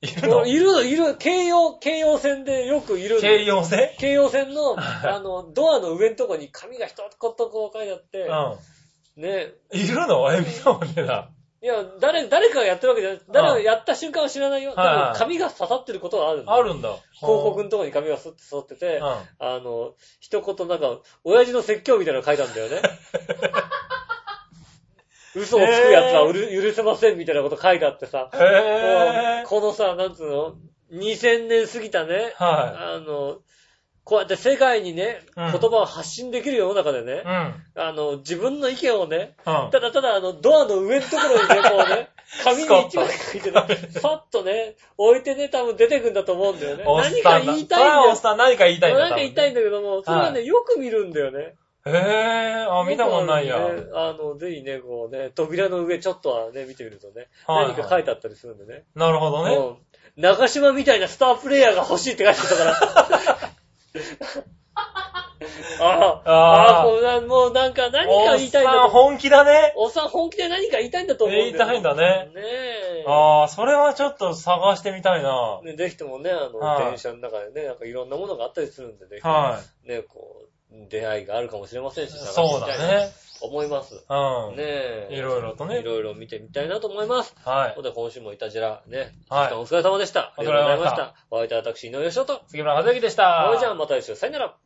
いる
(laughs)
の
いる、いる、京葉、京葉線でよくいる。
慶応線
京葉線
(laughs)
の、あの、ドアの上のとこに紙が一言こう書いてあっ
う
て、
ん。
ね。
いるのえ、見たもんねな。
いや、誰、誰かがやってるわけじゃない。誰がやった瞬間は知らないよ。
ん
でも紙が刺さってることはあるんだよ
あるんだ。広
広告のとこに紙がスッて刺さってて、
うん。
あの、一言なんか、親父の説教みたいなの書いたんだよ
(laughs)
ね。嘘をつく奴はうる許せませんみたいなこと書いてあってさ、
へぇー。
このさ、なんつうの ?2000 年過ぎたね、
は
あの、こうやって世界にね、
うん
言葉を発信できる世の中でね
い。う、ん。
あの、自分の意見をね、
うん。
ただただあの、ドアの上のところにね、こう
(laughs)
ね、紙に一枚書いてね、さっとね、置いてね、多分出てくんだと思うんだよね。
おっ
何
さ
か
んだ
言いたいんだ
あお
よ
っ。さん何か言いたいんだ。
なんか言いたいんだけども、それはね、
は
よく見るんだよね。
へえ、あ、見たことないや。
ねあの、ぜひね、こうね、扉の上ちょっとはね、見てみるとね、
はい
何か書いてあったりするんでね。
なるほどね。
うん。中島みたいなスタープレイヤーが欲しいって書いてあった (laughs) から。ああ、あ
あ
あ
あ
こうなもうなんか何か
お
言
っ
いたいんだ
さ
と思
ん
う。
本気だね。
おっさん本気で何か言いたいんだと思うんだ
言
よ
いたいんだね。
ねえ。
ああ、それはちょっと探してみたいな。
ね、ぜひともね、あの、
はい
電車の中でね、なんかいろんなものがあったりするんでね、
は
ね、こう、出会いがあるかもしれません
い。
し、探して
そう
みたい
だ
な
ね。
と思います。ね
う
え。
ん。いろいろと
い
ね。
ろいろ見てみたいなと思います。
は
ということで、今週もいたじら、ね、
はい
時間お疲れ様でした。
お
ありが
疲れ様でした
とうございました。お相手は私、井上翔と。
い。杉村和之でした。
それじゃあまた来週、さよなら。